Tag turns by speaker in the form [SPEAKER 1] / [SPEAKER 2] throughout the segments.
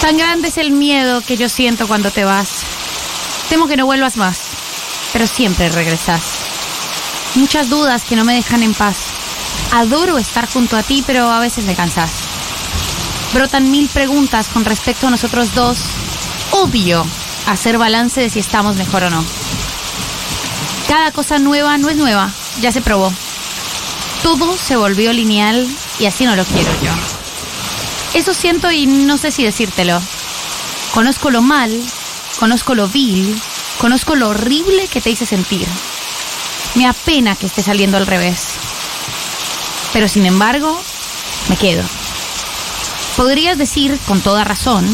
[SPEAKER 1] Tan grande es el miedo que yo siento cuando te vas. Temo que no vuelvas más, pero siempre regresas. Muchas dudas que no me dejan en paz. Adoro estar junto a ti, pero a veces me cansas. Brotan mil preguntas con respecto a nosotros dos. Obvio, hacer balance de si estamos mejor o no. Cada cosa nueva no es nueva, ya se probó. Todo se volvió lineal y así no lo quiero yo. Eso siento y no sé si decírtelo. Conozco lo mal, conozco lo vil, conozco lo horrible que te hice sentir. Me apena que esté saliendo al revés. Pero sin embargo, me quedo. Podrías decir, con toda razón,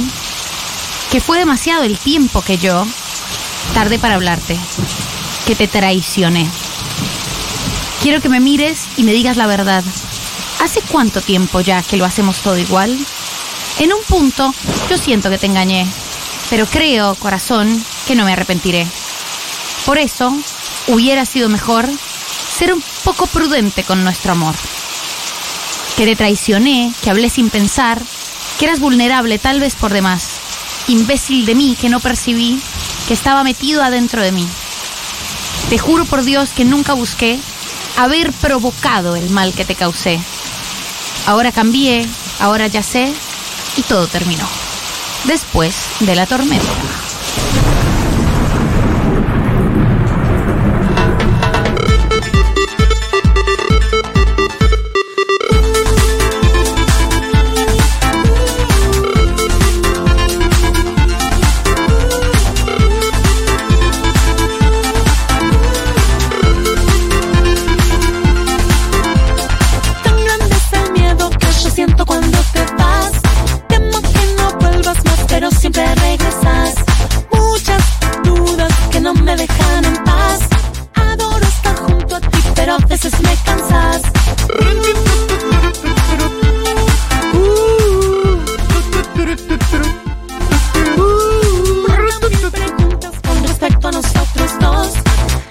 [SPEAKER 1] que fue demasiado el tiempo que yo tardé para hablarte, que te traicioné. Quiero que me mires y me digas la verdad. ¿Hace cuánto tiempo ya que lo hacemos todo igual? En un punto, yo siento que te engañé, pero creo, corazón, que no me arrepentiré. Por eso, hubiera sido mejor ser un poco prudente con nuestro amor. Que te traicioné, que hablé sin pensar, que eras vulnerable tal vez por demás. Imbécil de mí que no percibí que estaba metido adentro de mí. Te juro por Dios que nunca busqué haber provocado el mal que te causé. Ahora cambié, ahora ya sé, y todo terminó. Después de la tormenta.
[SPEAKER 2] Tan grande es el miedo que yo siento cuando te vas. Temo que no vuelvas más, pero siempre regresas. Muchas dudas que no me dejan en paz. Adoro estar junto a ti, pero a veces me cansas. Rondan mil preguntas con respecto a nosotros dos.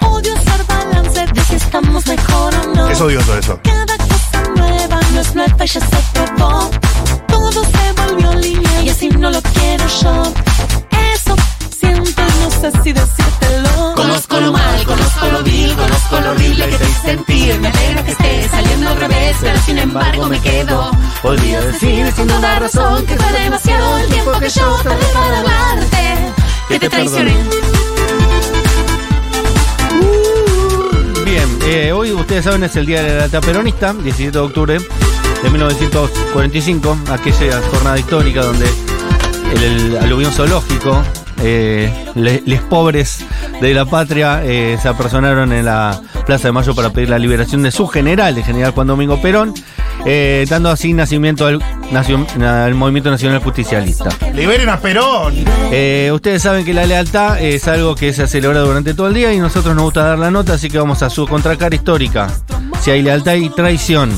[SPEAKER 2] Odio hacer balance de si estamos mejor o no.
[SPEAKER 3] Es odioso eso.
[SPEAKER 2] Cada cosa nueva no es nueva y ya se probó. Todo se volvió lineal y así no lo quiero yo. Eso siento, no sé si decírtelo.
[SPEAKER 4] Conozco lo mal, conozco lo vil, conozco lo horrible que te hice sentir. Me alegra que esté saliendo al revés, pero sin embargo me quedo. Podría decir sin duda razón que fue demasiado el tiempo que yo tardé para hablarte. Que te traicioné.
[SPEAKER 5] Bien, eh, hoy ustedes saben es el Día de la Data Peronista, 17 de octubre de 1945, aquella jornada histórica donde el, el aluvión zoológico, los pobres de la patria eh, se apersonaron en la Plaza de Mayo para pedir la liberación de su general, el general Juan Domingo Perón, eh, dando así nacimiento al, nacio- al Movimiento Nacional Justicialista.
[SPEAKER 3] Liberen a Perón.
[SPEAKER 5] Eh, ustedes saben que la lealtad es algo que se celebra durante todo el día y nosotros nos gusta dar la nota, así que vamos a su contracara histórica. Si hay lealtad y traición.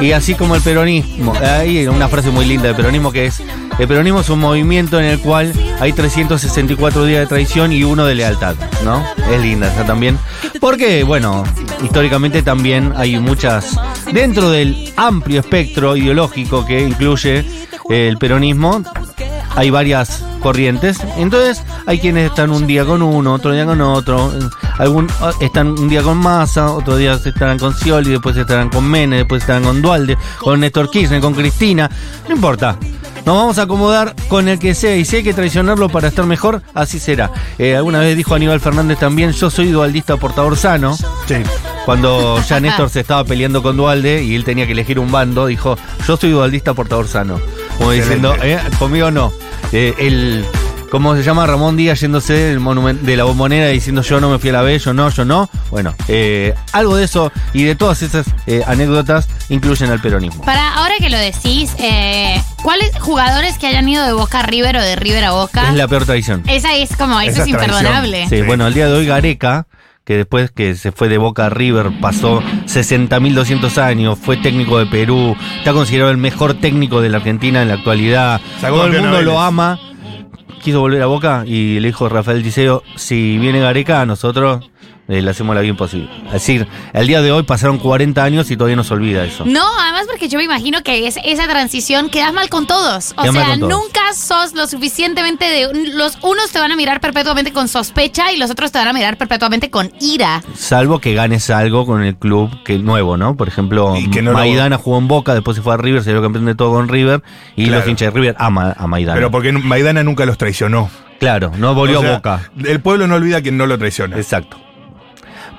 [SPEAKER 5] Y así como el peronismo, hay una frase muy linda del peronismo que es, el peronismo es un movimiento en el cual hay 364 días de traición y uno de lealtad, ¿no? Es linda esa también. Porque, bueno, históricamente también hay muchas, dentro del amplio espectro ideológico que incluye el peronismo, hay varias corrientes. Entonces, hay quienes están un día con uno, otro día con otro. eh, Algún, ah, están un día con Massa, otro día estarán con Scioli, después estarán con Mene, después estarán con Dualde, con Néstor Kirchner, con Cristina. No importa. Nos vamos a acomodar con el que sea y si hay que traicionarlo para estar mejor, así será. Eh, alguna vez dijo Aníbal Fernández también, yo soy dualdista portador sano.
[SPEAKER 3] Sí.
[SPEAKER 5] Cuando ya Néstor se estaba peleando con Dualde y él tenía que elegir un bando, dijo, yo soy dualdista portador sano. Como
[SPEAKER 3] Excelente.
[SPEAKER 5] diciendo, "Eh, conmigo no. Eh, el, ¿Cómo se llama? Ramón Díaz yéndose del monumen- de la bombonera diciendo yo no me fui a la B, yo no, yo no. Bueno, eh, algo de eso y de todas esas eh, anécdotas incluyen al peronismo.
[SPEAKER 1] Para ahora que lo decís, eh, ¿cuáles jugadores que hayan ido de Boca a River o de River a Boca?
[SPEAKER 5] Es la peor traición.
[SPEAKER 1] Esa es como, eso
[SPEAKER 3] Esa
[SPEAKER 1] es
[SPEAKER 3] es traición,
[SPEAKER 1] imperdonable.
[SPEAKER 5] Sí,
[SPEAKER 3] Sí.
[SPEAKER 5] bueno, el día de hoy Gareca, que después que se fue de Boca a River, pasó 60.200 años, fue técnico de Perú, está considerado el mejor técnico de la Argentina en la actualidad.
[SPEAKER 3] Sacó
[SPEAKER 5] Todo el
[SPEAKER 3] campeón a
[SPEAKER 5] mundo lo
[SPEAKER 3] Vélez.
[SPEAKER 5] ama. Quiso volver a Boca y le dijo Rafael Diceo, si viene Gareca, nosotros eh, le hacemos la bien posible. Es decir, el día de hoy pasaron 40 años y todavía no se olvida eso.
[SPEAKER 1] No, además porque yo me imagino que es esa transición quedas mal con todos. O
[SPEAKER 5] Quedas mal
[SPEAKER 1] sea,
[SPEAKER 5] con todos.
[SPEAKER 1] nunca sos lo suficientemente de... Los unos te van a mirar perpetuamente con sospecha y los otros te van a mirar perpetuamente con ira.
[SPEAKER 5] Salvo que ganes algo con el club que nuevo, ¿no? Por ejemplo,
[SPEAKER 3] Y que no lo-
[SPEAKER 5] Maidana jugó en Boca, después se fue a River, se dio campeón de todo con River y
[SPEAKER 3] Claro.
[SPEAKER 5] los hinchas de River ama a Maidana.
[SPEAKER 3] Pero porque Maidana nunca los traicionó.
[SPEAKER 5] claro, no volvió
[SPEAKER 3] O sea,
[SPEAKER 5] a Boca.
[SPEAKER 3] El pueblo no olvida a quien no lo traiciona.
[SPEAKER 5] Exacto.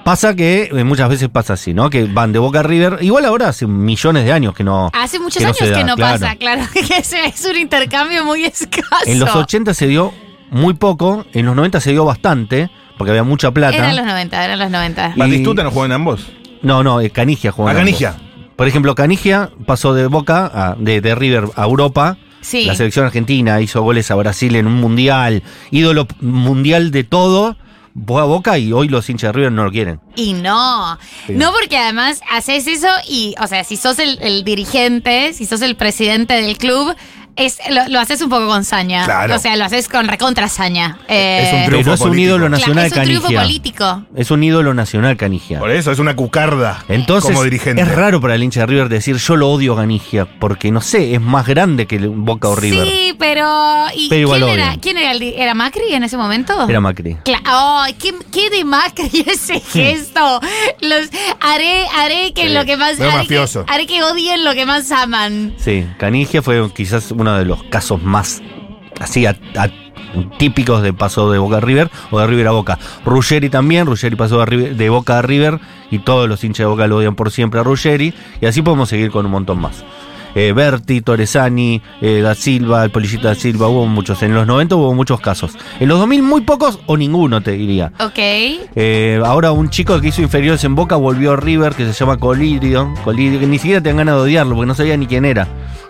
[SPEAKER 5] Pasa que eh, muchas veces pasa así, ¿no? Que van de Boca a River. Igual ahora hace millones de años que no.
[SPEAKER 1] Hace muchos
[SPEAKER 5] que no
[SPEAKER 1] años
[SPEAKER 5] se da,
[SPEAKER 1] que no
[SPEAKER 5] claro.
[SPEAKER 1] pasa, claro. Que ese es un intercambio muy escaso.
[SPEAKER 5] En los 80 se dio muy poco, en los 90 se dio bastante, porque había mucha plata.
[SPEAKER 1] Eran los 90, eran los 90.
[SPEAKER 5] Y-
[SPEAKER 3] ¿Batistuta no juegan ambos?
[SPEAKER 5] No, no, eh, Canigia jugó.
[SPEAKER 3] A
[SPEAKER 5] en ambos.
[SPEAKER 3] Canigia.
[SPEAKER 5] Por ejemplo, Canigia pasó de Boca, a- de, de River a Europa.
[SPEAKER 1] Sí.
[SPEAKER 5] La selección argentina hizo goles a Brasil en un mundial, ídolo mundial de todo. Fue a Boca y hoy los hinchas de River no lo quieren.
[SPEAKER 1] Y no. No, porque además haces eso y, o sea, si sos el, el dirigente, si sos el presidente del club, es, lo, lo haces un poco con saña.
[SPEAKER 3] Claro.
[SPEAKER 1] O sea, lo haces con recontra saña.
[SPEAKER 3] Es un
[SPEAKER 1] Eh,
[SPEAKER 3] Triunfo
[SPEAKER 5] Pero es un
[SPEAKER 3] político.
[SPEAKER 5] ídolo
[SPEAKER 1] claro,
[SPEAKER 5] nacional
[SPEAKER 1] es un triunfo
[SPEAKER 5] Canigia.
[SPEAKER 1] político.
[SPEAKER 5] Es un ídolo nacional Canigia.
[SPEAKER 3] Por eso, es una cucarda.
[SPEAKER 5] Entonces,
[SPEAKER 3] como dirigente.
[SPEAKER 5] es raro para el hincha de River decir yo lo odio a Canigia, porque no sé, es más grande que Boca o River.
[SPEAKER 1] Sí, pero. ¿y
[SPEAKER 5] Pero igual
[SPEAKER 1] ¿quién,
[SPEAKER 5] lo
[SPEAKER 1] era,
[SPEAKER 5] odian.
[SPEAKER 1] quién era el di- ¿Era Macri en ese momento?
[SPEAKER 5] Era Macri.
[SPEAKER 1] Cla- Ay, ¿qué, qué de Macri ese gesto. Los haré, haré que
[SPEAKER 3] Sí,
[SPEAKER 1] lo que más
[SPEAKER 3] medio
[SPEAKER 1] haré que,
[SPEAKER 3] mafioso.
[SPEAKER 1] haré que odien lo que más aman.
[SPEAKER 5] Sí, Canigia fue quizás uno de los casos más así a- a- típicos de paso de Boca a River o de River a Boca. Ruggeri también, Ruggeri pasó de, River- de Boca a River y todos los hinchas de Boca lo odian por siempre a Ruggeri y así podemos seguir con un montón más. Eh, Berti, Torresani, eh, Da Silva, el Polillita Da Silva, hubo muchos. En los 90 hubo muchos casos. En los 2000 muy pocos o ninguno, te diría.
[SPEAKER 1] Ok.
[SPEAKER 5] Eh, ahora un chico que hizo inferiores en Boca volvió a River, que se llama Colirio. Colirio, que ni siquiera te han ganado de odiarlo, porque no sabía ni quién era.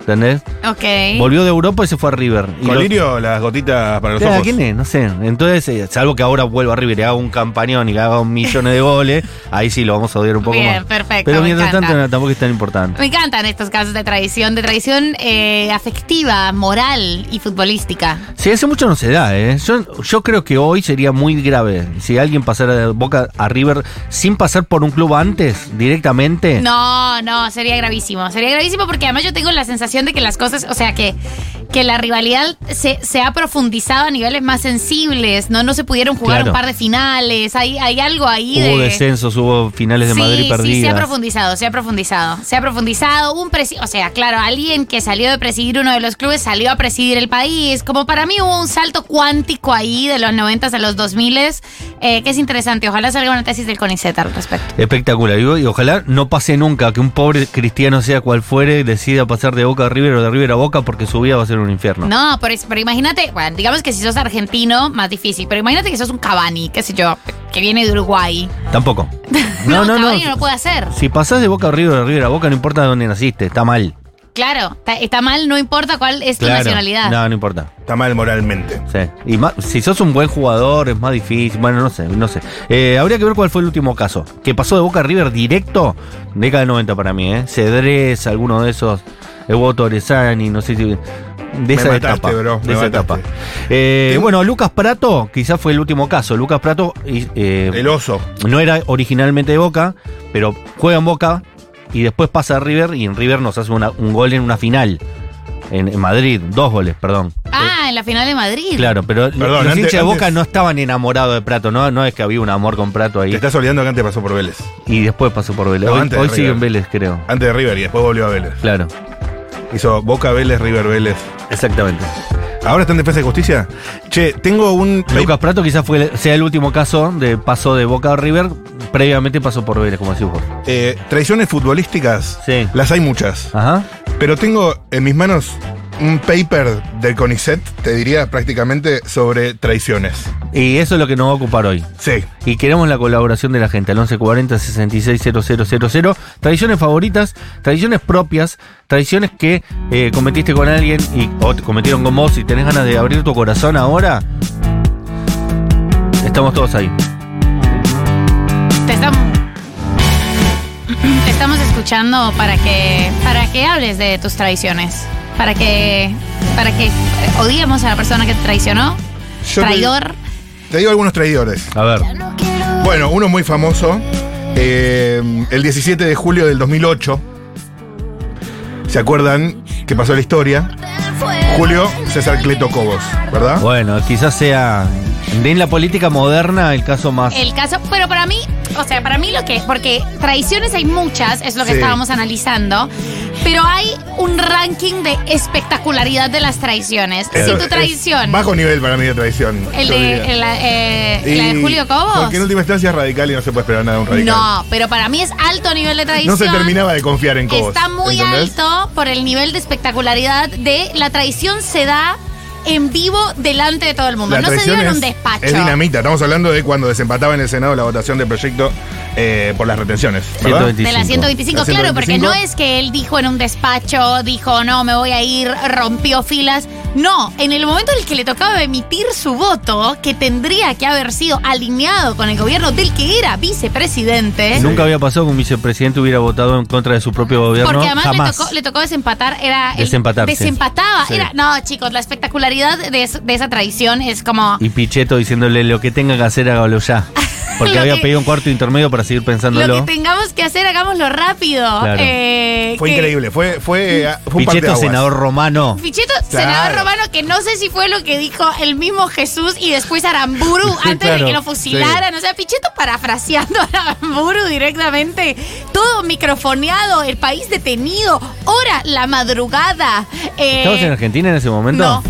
[SPEAKER 5] ¿Entendés?
[SPEAKER 1] Ok.
[SPEAKER 5] Volvió de Europa y se fue a River. Y lo-
[SPEAKER 3] Colirio, las gotitas para los
[SPEAKER 5] Claro,
[SPEAKER 3] ojos.
[SPEAKER 5] ¿Quién es? No sé. Entonces, eh, salvo que ahora vuelva a River y haga un campañón y que haga un millón de goles, ahí sí lo vamos a odiar un poco
[SPEAKER 1] Bien,
[SPEAKER 5] más.
[SPEAKER 1] perfecto,
[SPEAKER 5] Pero
[SPEAKER 1] me
[SPEAKER 5] mientras
[SPEAKER 1] encanta.
[SPEAKER 5] tanto, no, tampoco es tan importante.
[SPEAKER 1] Me encantan estos casos de traición, de traición eh, afectiva, moral y futbolística.
[SPEAKER 5] Sí, hace mucho no se da, ¿eh? Yo, yo creo que hoy sería muy grave si alguien pasara de Boca a River sin pasar por un club antes, directamente.
[SPEAKER 1] No, no, sería gravísimo. Sería gravísimo porque además yo tengo la sensación de que las cosas, o sea, que, que la rivalidad se, se ha profundizado a niveles más sensibles, ¿no? No se pudieron jugar
[SPEAKER 5] Claro.
[SPEAKER 1] un par de finales. Hay, hay algo ahí
[SPEAKER 5] Hubo
[SPEAKER 1] de.
[SPEAKER 5] descensos, hubo finales de
[SPEAKER 1] sí,
[SPEAKER 5] Madrid perdidas.
[SPEAKER 1] Sí, se ha profundizado, se ha profundizado. Se ha profundizado. Un presi- o sea, claro, alguien que salió de presidir uno de los clubes salió a presidir el país. Como para mí hubo un salto cuántico ahí de los 90 a los 2000 eh, que es interesante. Ojalá salga una tesis del CONICET al respecto.
[SPEAKER 5] Espectacular. Y, y ojalá no pase nunca que un pobre cristiano, sea cual fuere, decida pasar de boca a River o de River a boca porque su vida va a ser un infierno.
[SPEAKER 1] No, pero, es- pero imagínate, bueno, digamos que si sos argentino, más difícil. Pero imagínate que sos un Cavani, qué sé yo, que viene de Uruguay.
[SPEAKER 5] Tampoco. No, no, no.
[SPEAKER 1] Cavani no lo puede hacer.
[SPEAKER 5] Si pasás de boca a River o de River a boca, no importa de dónde naciste, está mal.
[SPEAKER 1] Claro, está, está mal, no importa cuál es tu
[SPEAKER 5] Claro.
[SPEAKER 1] nacionalidad.
[SPEAKER 5] No, no importa.
[SPEAKER 3] Está mal moralmente.
[SPEAKER 5] Sí. Y más- si sos un buen jugador, es más difícil. Bueno, no sé, no sé. Eh, habría que ver cuál fue el último caso. Que pasó de boca a River directo, década del 90 para mí, ¿eh? Cedrés, alguno de esos. Evo Torresani, no sé si. De esa
[SPEAKER 3] mataste,
[SPEAKER 5] etapa.
[SPEAKER 3] bro,
[SPEAKER 5] de
[SPEAKER 3] me
[SPEAKER 5] esa
[SPEAKER 3] mataste.
[SPEAKER 5] etapa. Eh,
[SPEAKER 3] Te-
[SPEAKER 5] bueno, Lucas Prato, quizás fue el último caso. Lucas Prato y, eh,
[SPEAKER 3] El oso.
[SPEAKER 5] no era originalmente de Boca, pero juega en Boca y después pasa a River y en River nos hace una- un gol en una final. En, en Madrid, dos goles, perdón.
[SPEAKER 1] Ah, en la final de Madrid.
[SPEAKER 5] Claro, pero los
[SPEAKER 3] antes-
[SPEAKER 5] hinchas de Boca
[SPEAKER 3] antes-
[SPEAKER 5] no estaban enamorados de Prato, ¿no? No es que había un amor con Prato
[SPEAKER 3] Te
[SPEAKER 5] ahí.
[SPEAKER 3] estás olvidando que antes pasó por Vélez.
[SPEAKER 5] Y después pasó por Vélez.
[SPEAKER 3] No,
[SPEAKER 5] hoy
[SPEAKER 3] antes de
[SPEAKER 5] hoy sigue
[SPEAKER 3] River.
[SPEAKER 5] en Vélez, creo.
[SPEAKER 3] Antes de River y después volvió a Vélez.
[SPEAKER 5] Claro,
[SPEAKER 3] Hizo Boca, Vélez, River, Vélez.
[SPEAKER 5] exactamente.
[SPEAKER 3] ¿Ahora está en defensa de justicia? Che, tengo un.
[SPEAKER 5] Lucas Prato quizás fue, sea el último caso de paso de Boca a River. Previamente pasó por Vélez, como decís vos.
[SPEAKER 3] Eh, traiciones futbolísticas.
[SPEAKER 5] Sí. Ah.
[SPEAKER 3] Las hay muchas.
[SPEAKER 5] Ajá.
[SPEAKER 3] Pero tengo en mis manos un paper del CONICET, te diría prácticamente, sobre traiciones.
[SPEAKER 5] Y eso es lo que nos va a ocupar hoy.
[SPEAKER 3] Sí.
[SPEAKER 5] Y queremos la colaboración de la gente al 1140 660000. Tradiciones favoritas, tradiciones propias, tradiciones que eh, cometiste con alguien y, o te cometieron con vos y tenés ganas de abrir tu corazón ahora. Estamos todos ahí.
[SPEAKER 1] Te estamos, te estamos escuchando para que, para que hables de tus traiciones. Para que, para que eh, odiemos a la persona que te traicionó.
[SPEAKER 3] Yo te-
[SPEAKER 1] traidor.
[SPEAKER 3] Te, digo algunos traidores.
[SPEAKER 5] A ver.
[SPEAKER 3] Bueno, uno muy famoso. eh, el 17 de julio del 2008. ¿Se acuerdan que pasó la historia? Julio César Cleto Cobos, ¿verdad?
[SPEAKER 5] Bueno, quizás sea de en la política moderna el caso más.
[SPEAKER 1] El caso, pero para mí, o sea, para mí lo que es, porque traiciones hay muchas, es lo que
[SPEAKER 3] Sí.
[SPEAKER 1] estábamos analizando, pero hay un ranking de espectacularidad de las traiciones.
[SPEAKER 3] Es-
[SPEAKER 1] si tu
[SPEAKER 3] Eh, es
[SPEAKER 1] traición,
[SPEAKER 3] Bajo nivel para mí de traición.
[SPEAKER 1] el
[SPEAKER 3] yo diría.
[SPEAKER 1] de, el- la, eh, la de
[SPEAKER 3] Y-
[SPEAKER 1] Julio Cobos,
[SPEAKER 3] Porque en última instancia es radical y no se puede esperar nada de un radical.
[SPEAKER 1] no, pero para mí es alto nivel de traición.
[SPEAKER 3] No se terminaba de confiar en Cobos.
[SPEAKER 1] Está muy
[SPEAKER 3] ¿entendés?
[SPEAKER 1] alto por el nivel de espectacularidad de la traición se da en vivo delante de todo el mundo.
[SPEAKER 3] La
[SPEAKER 1] no se dio
[SPEAKER 3] traición
[SPEAKER 1] en
[SPEAKER 3] es,
[SPEAKER 1] un despacho.
[SPEAKER 3] es dinamita. Estamos hablando de cuando desempataba en el Senado la votación del proyecto eh, por las retenciones. ¿verdad?
[SPEAKER 5] 125.
[SPEAKER 1] De la 125,
[SPEAKER 3] La
[SPEAKER 1] claro,
[SPEAKER 3] 125.
[SPEAKER 1] porque no es que él dijo en un despacho, dijo, no, me voy a ir, rompió filas. No, en el momento en el que le tocaba emitir su voto, que tendría que haber sido alineado con el gobierno del que era vicepresidente,
[SPEAKER 5] Nunca había pasado que un vicepresidente hubiera votado en contra de su propio gobierno.
[SPEAKER 1] porque además le
[SPEAKER 5] jamás.
[SPEAKER 1] tocó, le tocó desempatar, era... el-
[SPEAKER 5] Desempatar, sí.
[SPEAKER 1] Desempataba,
[SPEAKER 3] Sí.
[SPEAKER 1] era... No, chicos, la espectacularidad de, es- de esa traición es como...
[SPEAKER 5] Y Pichetto diciéndole lo que tenga que hacer, hágalo ya. Porque
[SPEAKER 1] Lo
[SPEAKER 5] había
[SPEAKER 1] que-
[SPEAKER 5] pedido un cuarto intermedio para seguir
[SPEAKER 1] Lo
[SPEAKER 5] pensándolo.
[SPEAKER 1] que tengamos que hacer, hagámoslo rápido.
[SPEAKER 5] Claro.
[SPEAKER 1] Eh,
[SPEAKER 3] Fue
[SPEAKER 1] que-
[SPEAKER 3] increíble. Fue, fue, eh, fue un
[SPEAKER 5] Pichetto,
[SPEAKER 3] parteaguas.
[SPEAKER 5] senador romano.
[SPEAKER 1] Ficheto,
[SPEAKER 3] Claro.
[SPEAKER 1] senador romano, que no sé si fue lo que dijo el mismo Jesús y después Aramburu antes de
[SPEAKER 5] claro,
[SPEAKER 1] que lo fusilaran. O sea, Ficheto parafraseando a Aramburu directamente. Todo microfoneado, el país detenido, hora, la madrugada. Eh,
[SPEAKER 5] ¿Estabas en Argentina en ese momento?
[SPEAKER 1] no.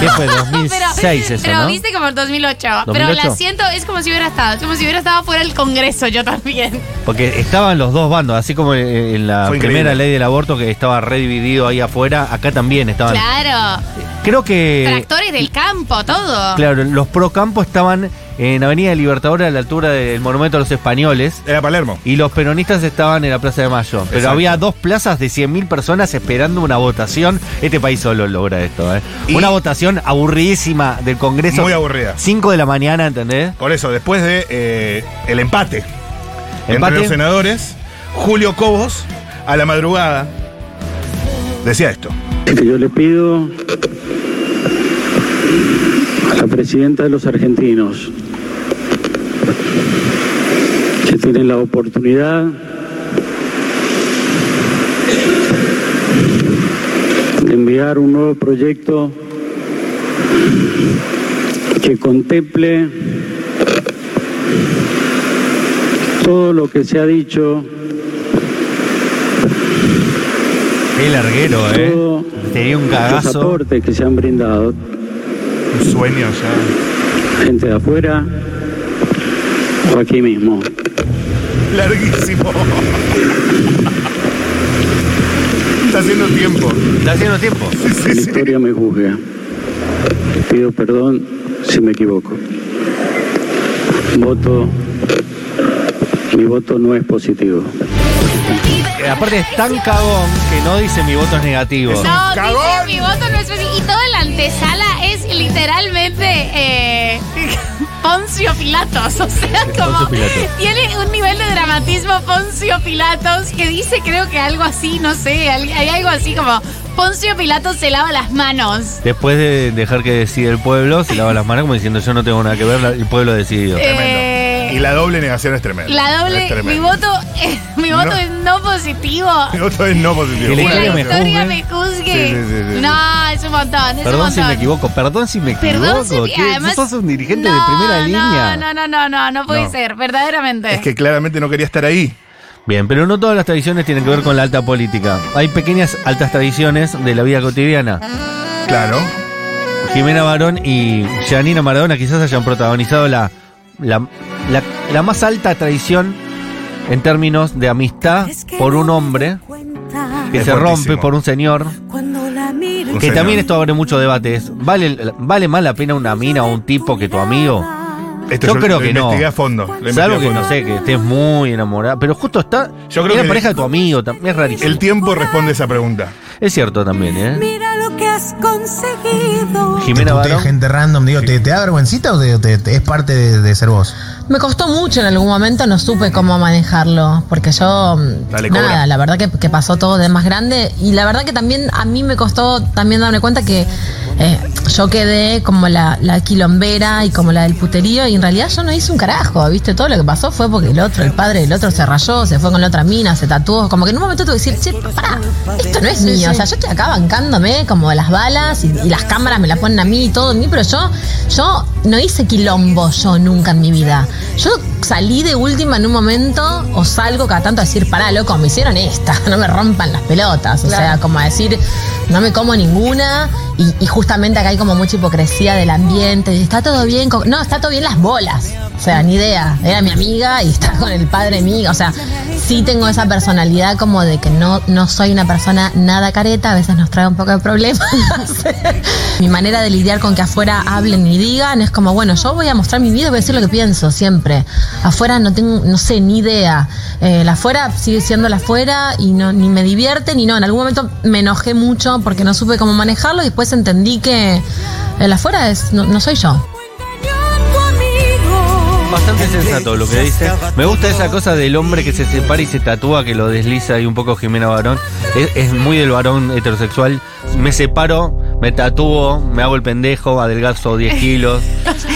[SPEAKER 5] ¿Qué fue?
[SPEAKER 1] pero,
[SPEAKER 5] 2006 eso,
[SPEAKER 1] pero
[SPEAKER 5] ¿no?
[SPEAKER 1] viste como en 2008. Pero
[SPEAKER 5] 2008.
[SPEAKER 1] la siento, es como si hubiera estado. Es como si hubiera estado fuera del Congreso yo también.
[SPEAKER 5] Porque estaban los dos bandos, así como eh, en la
[SPEAKER 3] Fue increíble.
[SPEAKER 5] primera ley del aborto que estaba redividido ahí afuera, acá también estaban.
[SPEAKER 1] Claro.
[SPEAKER 5] Creo que...
[SPEAKER 1] Tractores del campo, todo.
[SPEAKER 5] Claro, los pro campo estaban en Avenida Libertadora a la altura del Monumento a los Españoles.
[SPEAKER 3] Era Palermo.
[SPEAKER 5] Y los peronistas estaban en la Plaza de Mayo. Pero
[SPEAKER 3] Exacto.
[SPEAKER 5] había dos plazas de 100.000 personas esperando una votación. Este país solo logra esto, ¿eh?
[SPEAKER 3] Y-
[SPEAKER 5] Una votación aburridísima del Congreso.
[SPEAKER 3] Muy aburrida.
[SPEAKER 5] 5 de la mañana, ¿entendés?
[SPEAKER 3] Por eso, después de eh, el empate, entre
[SPEAKER 5] Empate.
[SPEAKER 3] los senadores, Julio Cobos, a la madrugada, decía esto.
[SPEAKER 6] que yo le pido a la presidenta de los argentinos que tienen la oportunidad de enviar un nuevo proyecto que contemple todo lo que se ha dicho
[SPEAKER 5] Qué larguero, ¿eh?
[SPEAKER 6] Todo-
[SPEAKER 5] Tenía un
[SPEAKER 6] los
[SPEAKER 5] cagazo.
[SPEAKER 6] aportes que se han brindado,
[SPEAKER 3] Un sueño ya.
[SPEAKER 6] gente de afuera o aquí mismo.
[SPEAKER 3] Larguísimo. Está haciendo tiempo.
[SPEAKER 5] Está haciendo tiempo.
[SPEAKER 6] Que la historia me juzga. Pido perdón si me equivoco. Voto, mi voto no es positivo.
[SPEAKER 5] Eh, Aparte es tan cagón que no dice mi voto es negativo.
[SPEAKER 1] No, dice,
[SPEAKER 3] ¡Cagón!
[SPEAKER 1] mi voto no es fácil. Y toda la antesala es literalmente eh, Poncio Pilatos. O sea, como
[SPEAKER 5] Poncio Pilatos.
[SPEAKER 1] tiene un nivel de dramatismo Poncio Pilatos que dice creo que algo así, no sé, al- hay algo así como Poncio Pilatos se lava las manos.
[SPEAKER 5] Después de dejar que decida el pueblo, se lava las manos como diciendo yo no tengo nada que ver, la- el pueblo decidió.
[SPEAKER 1] Eh,
[SPEAKER 3] Y la doble negación es tremenda.
[SPEAKER 1] la
[SPEAKER 3] Es
[SPEAKER 1] doble,
[SPEAKER 3] tremenda.
[SPEAKER 1] mi voto, eh, mi voto
[SPEAKER 3] No.
[SPEAKER 1] es no positivo.
[SPEAKER 3] Mi voto es no positivo.
[SPEAKER 5] Que la
[SPEAKER 1] Que
[SPEAKER 3] Una
[SPEAKER 1] la
[SPEAKER 5] historia me
[SPEAKER 3] negación.
[SPEAKER 1] historia
[SPEAKER 5] juzgue.
[SPEAKER 1] me juzgue.
[SPEAKER 3] ¿eh? Sí, sí, sí, sí.
[SPEAKER 1] No, es un montón, es un
[SPEAKER 5] Perdón
[SPEAKER 1] montón.
[SPEAKER 5] si me equivoco, perdón si me equivoco.
[SPEAKER 1] Perdón, si-
[SPEAKER 5] ¿Qué?
[SPEAKER 1] además-
[SPEAKER 5] sos un dirigente de
[SPEAKER 1] No,
[SPEAKER 5] primera
[SPEAKER 1] no,
[SPEAKER 5] línea.
[SPEAKER 1] No, no, no, no, no puede
[SPEAKER 3] No.
[SPEAKER 1] ser, verdaderamente.
[SPEAKER 3] Es que claramente no quería estar ahí.
[SPEAKER 5] Bien, pero no todas las tradiciones tienen que ver con la alta política. Hay pequeñas altas tradiciones de la vida cotidiana.
[SPEAKER 3] Claro.
[SPEAKER 5] Jimena Barón y Janina Maradona quizás hayan protagonizado la, la, la- la más alta tradición en términos de amistad por un hombre que
[SPEAKER 3] Es
[SPEAKER 5] se rompe
[SPEAKER 3] fuertísimo.
[SPEAKER 5] por un señor.
[SPEAKER 4] Cuando la miro,
[SPEAKER 3] Un
[SPEAKER 5] Que
[SPEAKER 3] señor.
[SPEAKER 5] también esto abre mucho debate. es, ¿vale, ¿Vale más la pena una mina o un tipo que tu amigo?
[SPEAKER 3] Esto
[SPEAKER 5] Yo
[SPEAKER 3] lo-
[SPEAKER 5] creo
[SPEAKER 3] lo
[SPEAKER 5] que no.
[SPEAKER 3] investigué a fondo. lo investigué
[SPEAKER 5] Salvo
[SPEAKER 3] a
[SPEAKER 5] que
[SPEAKER 3] fondo.
[SPEAKER 5] no sé, que estés muy enamorada. Pero justo está.
[SPEAKER 3] Yo creo
[SPEAKER 5] era
[SPEAKER 3] que-
[SPEAKER 5] pareja de tu amigo, también es rarísimo.
[SPEAKER 3] El tiempo responde esa pregunta.
[SPEAKER 5] Es cierto también, ¿eh?
[SPEAKER 4] mira lo que has conseguido.
[SPEAKER 7] te
[SPEAKER 5] Jimena
[SPEAKER 7] tutea
[SPEAKER 5] Barón.
[SPEAKER 7] gente random, digo, ¿te, te da vergüencita o te- te- te- es parte de, de ser vos?
[SPEAKER 8] Me costó mucho en algún momento, no supe cómo manejarlo, porque yo, mm,
[SPEAKER 3] Dale,
[SPEAKER 8] nada,
[SPEAKER 3] cobra.
[SPEAKER 8] la verdad que, que pasó todo de más grande y la verdad que también a mí me costó también darme cuenta que eh, yo quedé como la, la quilombera y como la del puterío y en realidad yo no hice un carajo, ¿viste? Todo lo que pasó fue porque el otro, el padre del otro se rayó, se fue con la otra mina, se tatuó, como que en un momento tuve que decir, che, pará, esto no es mío, o sea, yo estoy acá bancándome como las balas y, y las cámaras me las ponen a mí y todo en mí, pero yo, yo no hice quilombo yo nunca en mi vida. Yo salí de última en un momento o salgo cada tanto a decir, pará, loco, me hicieron esta, no me rompan las pelotas, o sea, como a decir, no me como ninguna y, y justamente acá hay como mucha hipocresía del ambiente, de, está todo bien, con-". no, está todo bien las bolas, o sea, ni idea, era mi amiga y está con el padre mío, o sea, sí tengo esa personalidad como de que no, no soy una persona nada careta, a veces nos trae un poco de problemas, mi manera de lidiar con que afuera hablen y digan es como, bueno, yo voy a mostrar mi vida y voy a decir lo que pienso siempre, afuera no tengo, no sé, ni idea, Eh, la afuera sigue siendo la afuera y no, ni me divierte ni no, en algún momento me enojé mucho porque no supe cómo manejarlo y después entendí que el afuera es, no- no soy yo.
[SPEAKER 5] Bastante sensato lo que dice. Me gusta esa cosa del hombre que se separa y se tatúa, que lo desliza y un poco Jimena Barón. Es, es muy del varón heterosexual. Me separo, me tatúo, me hago el pendejo, adelgazo 10 kilos.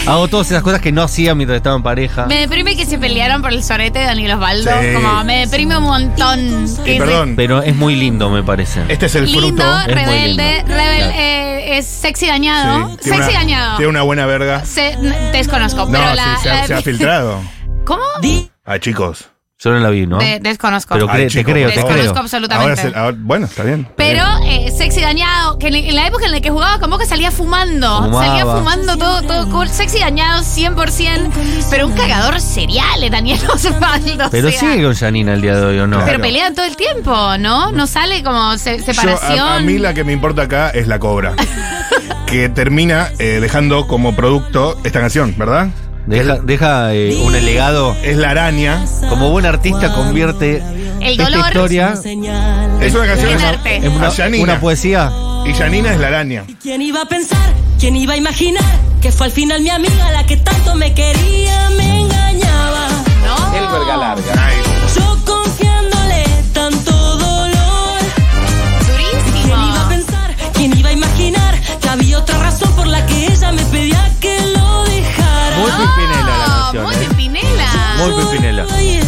[SPEAKER 5] Hago todas esas cosas que no hacía mientras estaba en pareja.
[SPEAKER 1] Me deprime que se pelearon por el sorete de Daniel Osvaldo.
[SPEAKER 3] Sí.
[SPEAKER 1] Como me deprime un montón. Que dice,
[SPEAKER 3] Y Eh, perdón,
[SPEAKER 5] Pero es muy lindo, me parece.
[SPEAKER 3] este es el
[SPEAKER 1] Lindo,
[SPEAKER 3] fruto.
[SPEAKER 5] muy
[SPEAKER 1] rebelde,
[SPEAKER 5] lindo.
[SPEAKER 1] rebel-
[SPEAKER 5] Claro.
[SPEAKER 1] eh, es sexy
[SPEAKER 3] Sí,
[SPEAKER 1] dañado.
[SPEAKER 3] tiene
[SPEAKER 1] sexy
[SPEAKER 3] una-
[SPEAKER 1] dañado.
[SPEAKER 3] Tiene una buena verga.
[SPEAKER 1] Se- n- desconozco,
[SPEAKER 3] No,
[SPEAKER 1] pero
[SPEAKER 3] sí,
[SPEAKER 1] la.
[SPEAKER 3] se, ha,
[SPEAKER 1] la-
[SPEAKER 3] se ha filtrado.
[SPEAKER 1] ¿Cómo?
[SPEAKER 3] Ah, chicos.
[SPEAKER 5] Yo no la vi, ¿no?
[SPEAKER 1] De- desconozco.
[SPEAKER 5] Pero
[SPEAKER 3] Ay,
[SPEAKER 5] cre- te
[SPEAKER 3] chico,
[SPEAKER 5] creo,
[SPEAKER 3] por
[SPEAKER 5] te
[SPEAKER 3] favor.
[SPEAKER 5] creo.
[SPEAKER 1] Desconozco absolutamente.
[SPEAKER 3] Ahora es el- ahora- bueno, está bien. está
[SPEAKER 1] Pero
[SPEAKER 3] bien.
[SPEAKER 1] eh, sexy dañado, que en, en la época en la que jugaba con Boca salía fumando.
[SPEAKER 5] Fumaba.
[SPEAKER 1] Salía fumando todo, todo cool. Sexy dañado 100%, pero un cagador serial es Daniel Osvaldo. o
[SPEAKER 5] Pero
[SPEAKER 1] sea.
[SPEAKER 5] sigue con Janina el día de hoy, ¿o no?
[SPEAKER 1] Pero
[SPEAKER 3] Claro.
[SPEAKER 1] pelean todo el tiempo, ¿no? No sale como se- separación.
[SPEAKER 3] Yo, a, a mí la que me importa acá es la cobra. que termina eh, dejando como producto esta canción, ¿verdad?
[SPEAKER 5] Deja, deja eh, un legado.
[SPEAKER 3] Es la araña.
[SPEAKER 5] Como buen artista convierte
[SPEAKER 1] El
[SPEAKER 5] esta
[SPEAKER 1] dolor.
[SPEAKER 5] historia
[SPEAKER 3] Es una canción.
[SPEAKER 1] En
[SPEAKER 3] a-
[SPEAKER 1] arte.
[SPEAKER 5] en una,
[SPEAKER 3] a Janina.
[SPEAKER 5] una poesía.
[SPEAKER 3] Y Janina es la araña.
[SPEAKER 4] ¿Quién iba a pensar? ¿Quién iba a imaginar? Que fue al final mi amiga la que tanto me quería, me engañaba.
[SPEAKER 1] ¿no?
[SPEAKER 3] Ay,
[SPEAKER 4] Yo confiándole tanto dolor.
[SPEAKER 1] Durísimo.
[SPEAKER 4] ¿Quién iba a pensar? ¿Quién iba a imaginar? Que había otra razón por la que ella me pedía que lo dejara.
[SPEAKER 5] Muy Pimpinela la canción,
[SPEAKER 1] Oh, Muy
[SPEAKER 5] ¿eh?
[SPEAKER 1] Pimpinela.
[SPEAKER 5] Muy Pimpinela.
[SPEAKER 4] Ay, ella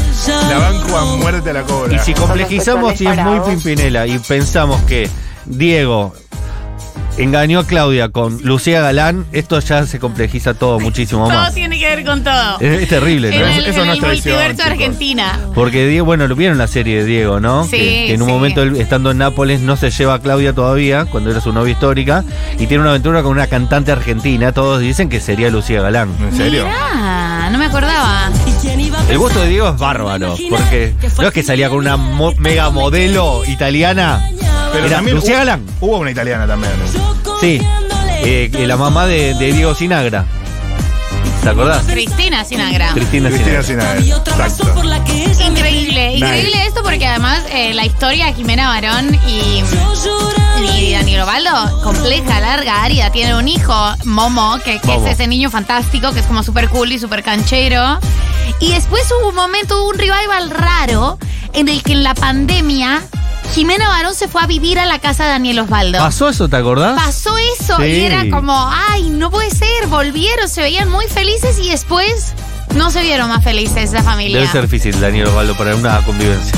[SPEAKER 3] la banco a muerte a la cobra.
[SPEAKER 5] Y si complejizamos y es muy Pimpinela y pensamos que Diego engañó a Claudia con Lucía Galán, esto ya se complejiza todo muchísimo
[SPEAKER 1] Todo
[SPEAKER 5] más.
[SPEAKER 1] tiene que ver con todo.
[SPEAKER 5] Es, es terrible,
[SPEAKER 1] en
[SPEAKER 5] ¿no?
[SPEAKER 1] el,
[SPEAKER 3] Este, Eso
[SPEAKER 1] en
[SPEAKER 3] no
[SPEAKER 1] el
[SPEAKER 3] es traición,
[SPEAKER 1] multiverso
[SPEAKER 3] chicos.
[SPEAKER 1] Argentina.
[SPEAKER 5] Porque Diego, bueno, lo vieron la serie de Diego, ¿no?
[SPEAKER 1] Sí,
[SPEAKER 5] que, que en un
[SPEAKER 1] sí.
[SPEAKER 5] momento él, estando en Nápoles no se lleva a Claudia todavía, cuando era su novia histórica, y tiene una aventura con una cantante argentina, todos dicen que sería Lucía Galán.
[SPEAKER 3] ¿En serio?
[SPEAKER 1] Mirá, no me acordaba.
[SPEAKER 4] ¿Y quién iba a
[SPEAKER 5] El gusto
[SPEAKER 4] pensar?
[SPEAKER 5] de Diego es bárbaro, porque no es que salía con una mo- mega modelo italiana.
[SPEAKER 3] Pero
[SPEAKER 5] Era
[SPEAKER 3] también
[SPEAKER 5] Lucía
[SPEAKER 3] hubo-
[SPEAKER 5] Galán.
[SPEAKER 3] Hubo una italiana también.
[SPEAKER 5] Sí, eh, que la mamá de, de Diego Sinagra. ¿Te acordás?
[SPEAKER 1] Cristina Sinagra.
[SPEAKER 5] Cristina
[SPEAKER 3] Cristina
[SPEAKER 5] Sinagra.
[SPEAKER 3] Sinagra.
[SPEAKER 4] Había otra razón
[SPEAKER 3] Exacto.
[SPEAKER 4] por la que ella me
[SPEAKER 1] Increíble, increíble esto porque además eh, la historia de Jimena Barón y,
[SPEAKER 4] Yo lloraba
[SPEAKER 1] y Daniel Ovaldo, compleja, larga, árida, tiene un hijo, Momo, que, que
[SPEAKER 5] Momo.
[SPEAKER 1] es ese niño fantástico que es como súper cool y súper canchero. Y después hubo un momento, hubo un revival raro en el que en la pandemia Jimena Barón se fue a vivir a la casa de Daniel Osvaldo.
[SPEAKER 5] ¿Pasó eso, te acordás?
[SPEAKER 1] pasó eso
[SPEAKER 5] Sí.
[SPEAKER 1] y era como, ay, no puede ser, volvieron, se veían muy felices y después no se vieron más felices la familia.
[SPEAKER 5] Debe ser difícil, Daniel Osvaldo, para una convivencia.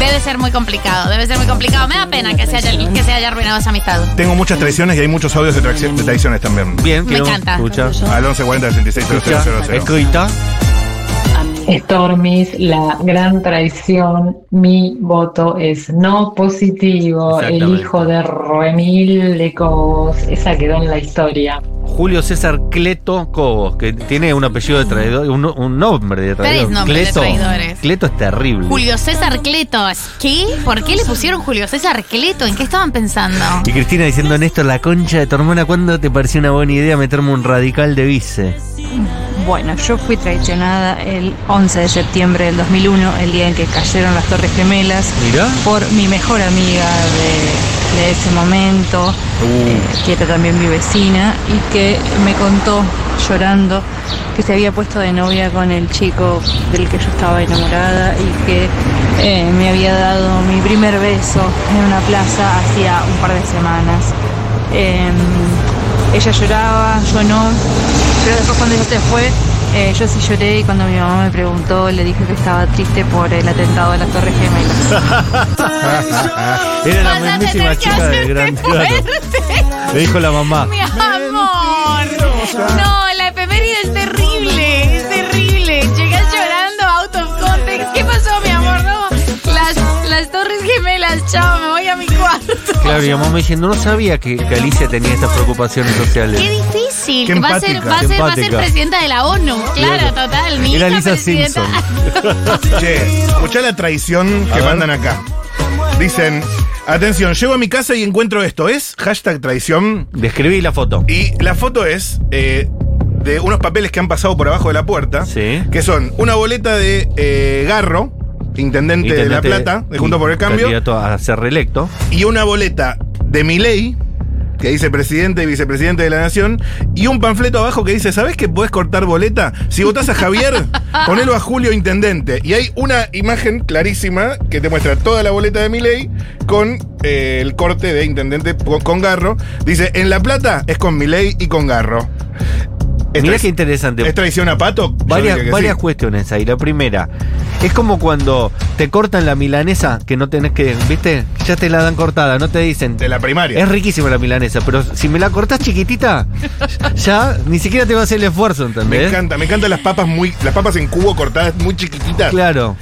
[SPEAKER 1] Debe ser muy complicado, debe ser muy complicado. Me da pena que se haya, que se haya arruinado esa amistad.
[SPEAKER 3] Tengo muchas traiciones y hay muchos audios de, traici- de traiciones también.
[SPEAKER 5] Bien,
[SPEAKER 1] Me
[SPEAKER 5] quiero
[SPEAKER 1] encanta.
[SPEAKER 5] escuchar.
[SPEAKER 3] Al 1140
[SPEAKER 5] Escucha,
[SPEAKER 3] 66
[SPEAKER 5] escrita.
[SPEAKER 9] Stormis, la gran traición, mi voto es no positivo, el
[SPEAKER 5] Exactamente.
[SPEAKER 9] hijo de Remil de Cobos, esa quedó en la historia.
[SPEAKER 5] Julio César Cleto Cobos, que tiene un apellido de traidor, un, un nombre de traidor.
[SPEAKER 1] Tres nombres de
[SPEAKER 5] Cleto.
[SPEAKER 1] traidores.
[SPEAKER 5] Cleto es terrible.
[SPEAKER 1] Julio César Cleto. ¿Qué? ¿Por qué le pusieron Julio César Cleto? ¿En qué estaban pensando?
[SPEAKER 5] Y Cristina diciendo, Néstor, la concha de tu hermana, ¿cuándo te pareció una buena idea meterme un radical de vice?
[SPEAKER 10] Bueno, yo fui traicionada el 11 de septiembre del 2001, el día en que cayeron las Torres Gemelas,
[SPEAKER 5] Mirá.
[SPEAKER 10] por mi mejor amiga de, de ese momento, eh, que era también mi vecina, y que me contó llorando que se había puesto de novia con el chico del que yo estaba enamorada y que eh, me había dado mi primer beso en una plaza hacía un par de semanas. eh, ella lloraba, yo no. Pero después cuando ella se fue, eh, yo sí lloré y cuando mi mamá me preguntó, le dije que estaba triste por el atentado de las Torres Gemelas.
[SPEAKER 5] Era la
[SPEAKER 1] Vas a
[SPEAKER 5] mismísima
[SPEAKER 1] tener que
[SPEAKER 5] chica del
[SPEAKER 1] hacerte
[SPEAKER 5] gran teatro.
[SPEAKER 1] fuerte.
[SPEAKER 5] Le dijo la mamá.
[SPEAKER 1] Mi amor. No, la efeméride es terrible. Es terrible. Llegas llorando out of context. ¿Qué pasó, mi amor? No. Las, las torres gemelas, chao, me voy a mi cuarto.
[SPEAKER 5] Claro, y mamá diciendo, no sabía que, que Alicia tenía estas preocupaciones sociales.
[SPEAKER 1] Qué difícil.
[SPEAKER 5] Qué
[SPEAKER 1] va, a ser,
[SPEAKER 5] empática.
[SPEAKER 1] va, a ser, va a
[SPEAKER 5] Qué
[SPEAKER 1] ser
[SPEAKER 5] empática.
[SPEAKER 1] presidenta de la ONU. Claro, total. Mi
[SPEAKER 5] Era
[SPEAKER 1] hija
[SPEAKER 5] Lisa
[SPEAKER 1] presidenta.
[SPEAKER 3] Che, escuchá la traición que
[SPEAKER 5] ver.
[SPEAKER 3] mandan acá. Dicen, atención, llego a mi casa y encuentro esto. ¿Es hashtag traición?
[SPEAKER 5] Describí la foto.
[SPEAKER 3] Y la foto es eh, de unos papeles que han pasado por abajo de la puerta,
[SPEAKER 5] Sí.
[SPEAKER 3] que son una boleta de eh, Garro, intendente, de La
[SPEAKER 5] Intendente-
[SPEAKER 3] Plata, de Juntos por el Cambio,
[SPEAKER 5] Candidato a ser reelecto.
[SPEAKER 3] y una boleta de Milei, que dice presidente y vicepresidente de la Nación, y un panfleto abajo que dice, ¿sabés que podés cortar boleta? Si votás a Javier, ponelo a Julio Intendente. Y hay una imagen clarísima que te muestra toda la boleta de Milei con eh, el corte de Intendente con, con Garro. Dice, en La Plata es con Milei y con Garro. ¿Es,
[SPEAKER 5] Mirá
[SPEAKER 3] trai-
[SPEAKER 5] qué interesante.
[SPEAKER 3] ¿es traición a Pato? Yo diría
[SPEAKER 5] Varias,
[SPEAKER 3] que
[SPEAKER 5] varias
[SPEAKER 3] sí.
[SPEAKER 5] cuestiones ahí. La primera, es como cuando te cortan la milanesa, que no tenés que, ¿viste? Ya te la dan cortada, no te dicen.
[SPEAKER 3] De la primaria.
[SPEAKER 5] Es riquísima la milanesa, pero si me la cortás chiquitita, ya ni siquiera te va a hacer el esfuerzo,
[SPEAKER 3] me
[SPEAKER 5] ¿entendés?
[SPEAKER 3] encanta, me encantan las papas muy, las papas en cubo cortadas muy chiquititas.
[SPEAKER 5] Claro.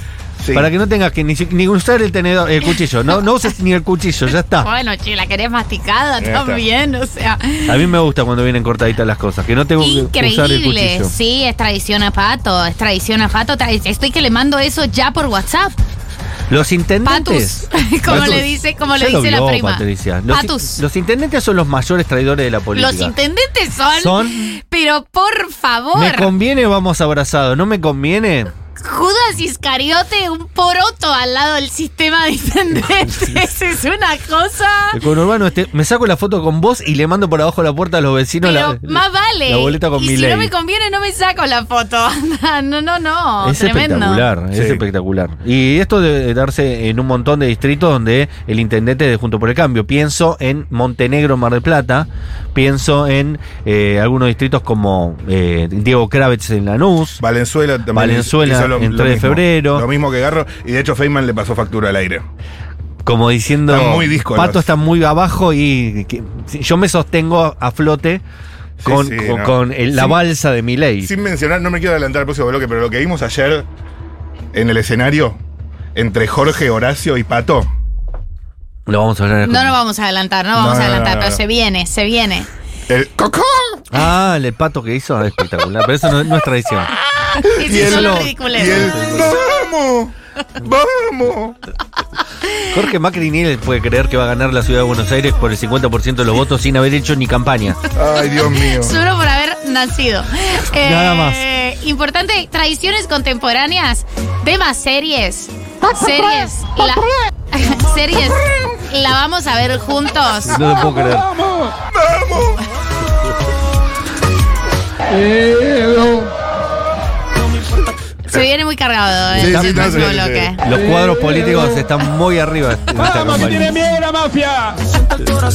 [SPEAKER 3] Sí.
[SPEAKER 5] Para que no tengas que ni, si- ni usar el tenedor, el cuchillo. No, no uses ni el cuchillo, ya está.
[SPEAKER 1] Bueno, che, la querés masticada
[SPEAKER 3] Ahí está.
[SPEAKER 1] también, o sea.
[SPEAKER 5] A mí me gusta cuando vienen cortaditas las cosas, que no tengo que usar
[SPEAKER 1] Increíble,
[SPEAKER 5] el cuchillo.
[SPEAKER 1] sí, es tradición a Pato, es tradición a Pato. tra- Estoy que le mando eso ya por WhatsApp.
[SPEAKER 5] Los
[SPEAKER 1] Patus,
[SPEAKER 5] intendentes.
[SPEAKER 1] como
[SPEAKER 5] Patus.
[SPEAKER 1] le dice, como le
[SPEAKER 5] Ya lo
[SPEAKER 1] dice la
[SPEAKER 5] vio,
[SPEAKER 1] prima.
[SPEAKER 5] Patricia. Los,
[SPEAKER 1] Patus.
[SPEAKER 5] los intendentes son los mayores traidores de la política.
[SPEAKER 1] Los intendentes son,
[SPEAKER 5] Son-
[SPEAKER 1] pero por
[SPEAKER 5] Me
[SPEAKER 1] favor,
[SPEAKER 5] conviene, vamos abrazado. No me conviene.
[SPEAKER 1] Judas Iscariote, un poroto al lado del sistema de intendentes, es una cosa.
[SPEAKER 5] El conurbano este. Me saco la foto con vos y le mando por abajo la puerta a los vecinos.
[SPEAKER 1] Pero
[SPEAKER 5] la,
[SPEAKER 1] más vale.
[SPEAKER 5] La boleta con
[SPEAKER 1] y
[SPEAKER 5] mi
[SPEAKER 1] si no me conviene, no me saco la foto. No, no, no.
[SPEAKER 5] es
[SPEAKER 1] Oh, tremendo.
[SPEAKER 5] espectacular, es
[SPEAKER 3] Sí.
[SPEAKER 5] espectacular. Y esto de darse en un montón de distritos donde el intendente de Junto por el Cambio, pienso en Montenegro, Mar del Plata, pienso en eh, algunos distritos como eh, Diego Kravitz en Lanús.
[SPEAKER 3] Valenzuela también.
[SPEAKER 5] Valenzuela,
[SPEAKER 3] hizo lo-
[SPEAKER 5] en
[SPEAKER 3] lo
[SPEAKER 5] 3 de
[SPEAKER 3] mismo.
[SPEAKER 5] febrero.
[SPEAKER 3] Lo mismo que Garro. Y de hecho, Feynman le pasó factura al aire.
[SPEAKER 5] Como diciendo,
[SPEAKER 3] Están muy díscolos.
[SPEAKER 5] Pato está muy abajo y que- si- yo me sostengo a flote
[SPEAKER 3] Sí,
[SPEAKER 5] con,
[SPEAKER 3] sí,
[SPEAKER 5] con-
[SPEAKER 3] no.
[SPEAKER 5] con el- la
[SPEAKER 3] Sin-
[SPEAKER 5] balsa de mi ley.
[SPEAKER 3] Sin mencionar, no me quiero adelantar al próximo bloque, pero lo que vimos ayer en el escenario entre Jorge, Horacio y Pato.
[SPEAKER 5] Lo vamos a hablar.
[SPEAKER 1] No nos vamos a adelantar, no vamos
[SPEAKER 3] No,
[SPEAKER 1] a
[SPEAKER 3] no,
[SPEAKER 1] adelantar,
[SPEAKER 3] no,
[SPEAKER 1] pero
[SPEAKER 3] no.
[SPEAKER 1] se viene, se viene.
[SPEAKER 3] El ¡Cocó!
[SPEAKER 5] Ah, el pato que hizo es espectacular, pero eso no, no es tradición.
[SPEAKER 1] Y
[SPEAKER 3] Y
[SPEAKER 1] si
[SPEAKER 3] el-
[SPEAKER 1] son los
[SPEAKER 5] y
[SPEAKER 3] Y
[SPEAKER 1] ridículos.
[SPEAKER 3] el ¡Vamos! ¡Vamos!
[SPEAKER 5] Jorge Macri ni él puede creer que va a ganar la ciudad de Buenos Aires por el 50% de los votos sin haber hecho ni campaña.
[SPEAKER 3] Ay, Dios mío.
[SPEAKER 1] Solo por haber nacido. Eh,
[SPEAKER 5] Nada más.
[SPEAKER 1] Importante, tradiciones contemporáneas, temas series. Series. La, series. La vamos a ver juntos.
[SPEAKER 5] No lo puedo creer.
[SPEAKER 3] ¡Vamos!
[SPEAKER 1] Se viene muy cargado eh, el
[SPEAKER 3] Sí, sí,
[SPEAKER 1] próximo
[SPEAKER 3] no, se viene, se
[SPEAKER 1] bloque.
[SPEAKER 5] Los cuadros políticos están muy arriba. en esta campaña.
[SPEAKER 3] ¡Vamos!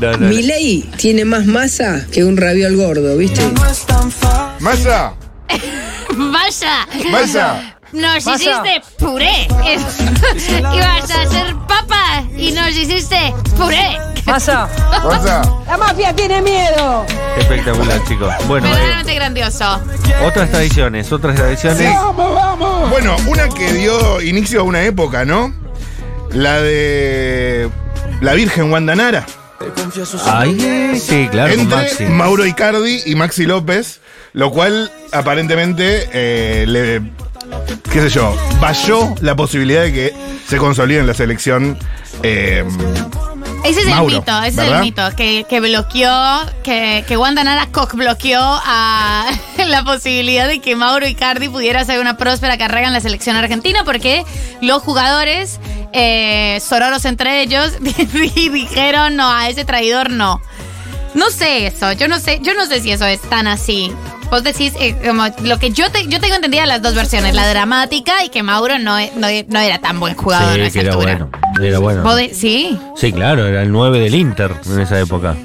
[SPEAKER 5] No, no, no.
[SPEAKER 11] Mi ley tiene más masa que un raviol gordo, ¿viste?
[SPEAKER 3] ¡Masa!
[SPEAKER 1] Vaya.
[SPEAKER 3] ¡Masa!
[SPEAKER 1] Nos hiciste puré. Es- Ibas a ser papa y nos hiciste puré.
[SPEAKER 3] ¡Masa!
[SPEAKER 5] Espectacular, chicos. Bueno, eh,
[SPEAKER 1] Verdaderamente grandioso.
[SPEAKER 5] otras tradiciones, otras tradiciones.
[SPEAKER 3] Sí. Bueno, una que dio inicio a una época, ¿no? La de la Virgen Wanda Nara.
[SPEAKER 5] Ay, sí, claro, con
[SPEAKER 3] entre
[SPEAKER 5] Maxi.
[SPEAKER 3] Mauro Icardi y Maxi López, lo cual aparentemente eh, le, qué sé yo, valló la posibilidad de que se consolide en la selección. eh,
[SPEAKER 1] Ese es
[SPEAKER 3] Mauro,
[SPEAKER 1] el mito, ese es
[SPEAKER 3] ¿verdad?
[SPEAKER 1] el mito, que, que bloqueó, que, que Wanda Nara Koch bloqueó a la posibilidad de que Mauro Icardi pudiera hacer una próspera carrera en la selección argentina porque los jugadores, eh, sororos entre ellos, di- dijeron no, a ese traidor no. No sé eso, yo no sé, yo no sé si eso es tan así. Vos decís, eh, como lo que yo, te- yo tengo entendida las dos versiones, la dramática y que Mauro no, e- no e- no era tan buen jugador. a
[SPEAKER 5] Sí,
[SPEAKER 1] esa
[SPEAKER 5] que era
[SPEAKER 1] altura.
[SPEAKER 5] bueno. Era bueno.
[SPEAKER 1] ¿Vos de- sí,
[SPEAKER 5] Sí, claro, era el 9 del Inter en esa época.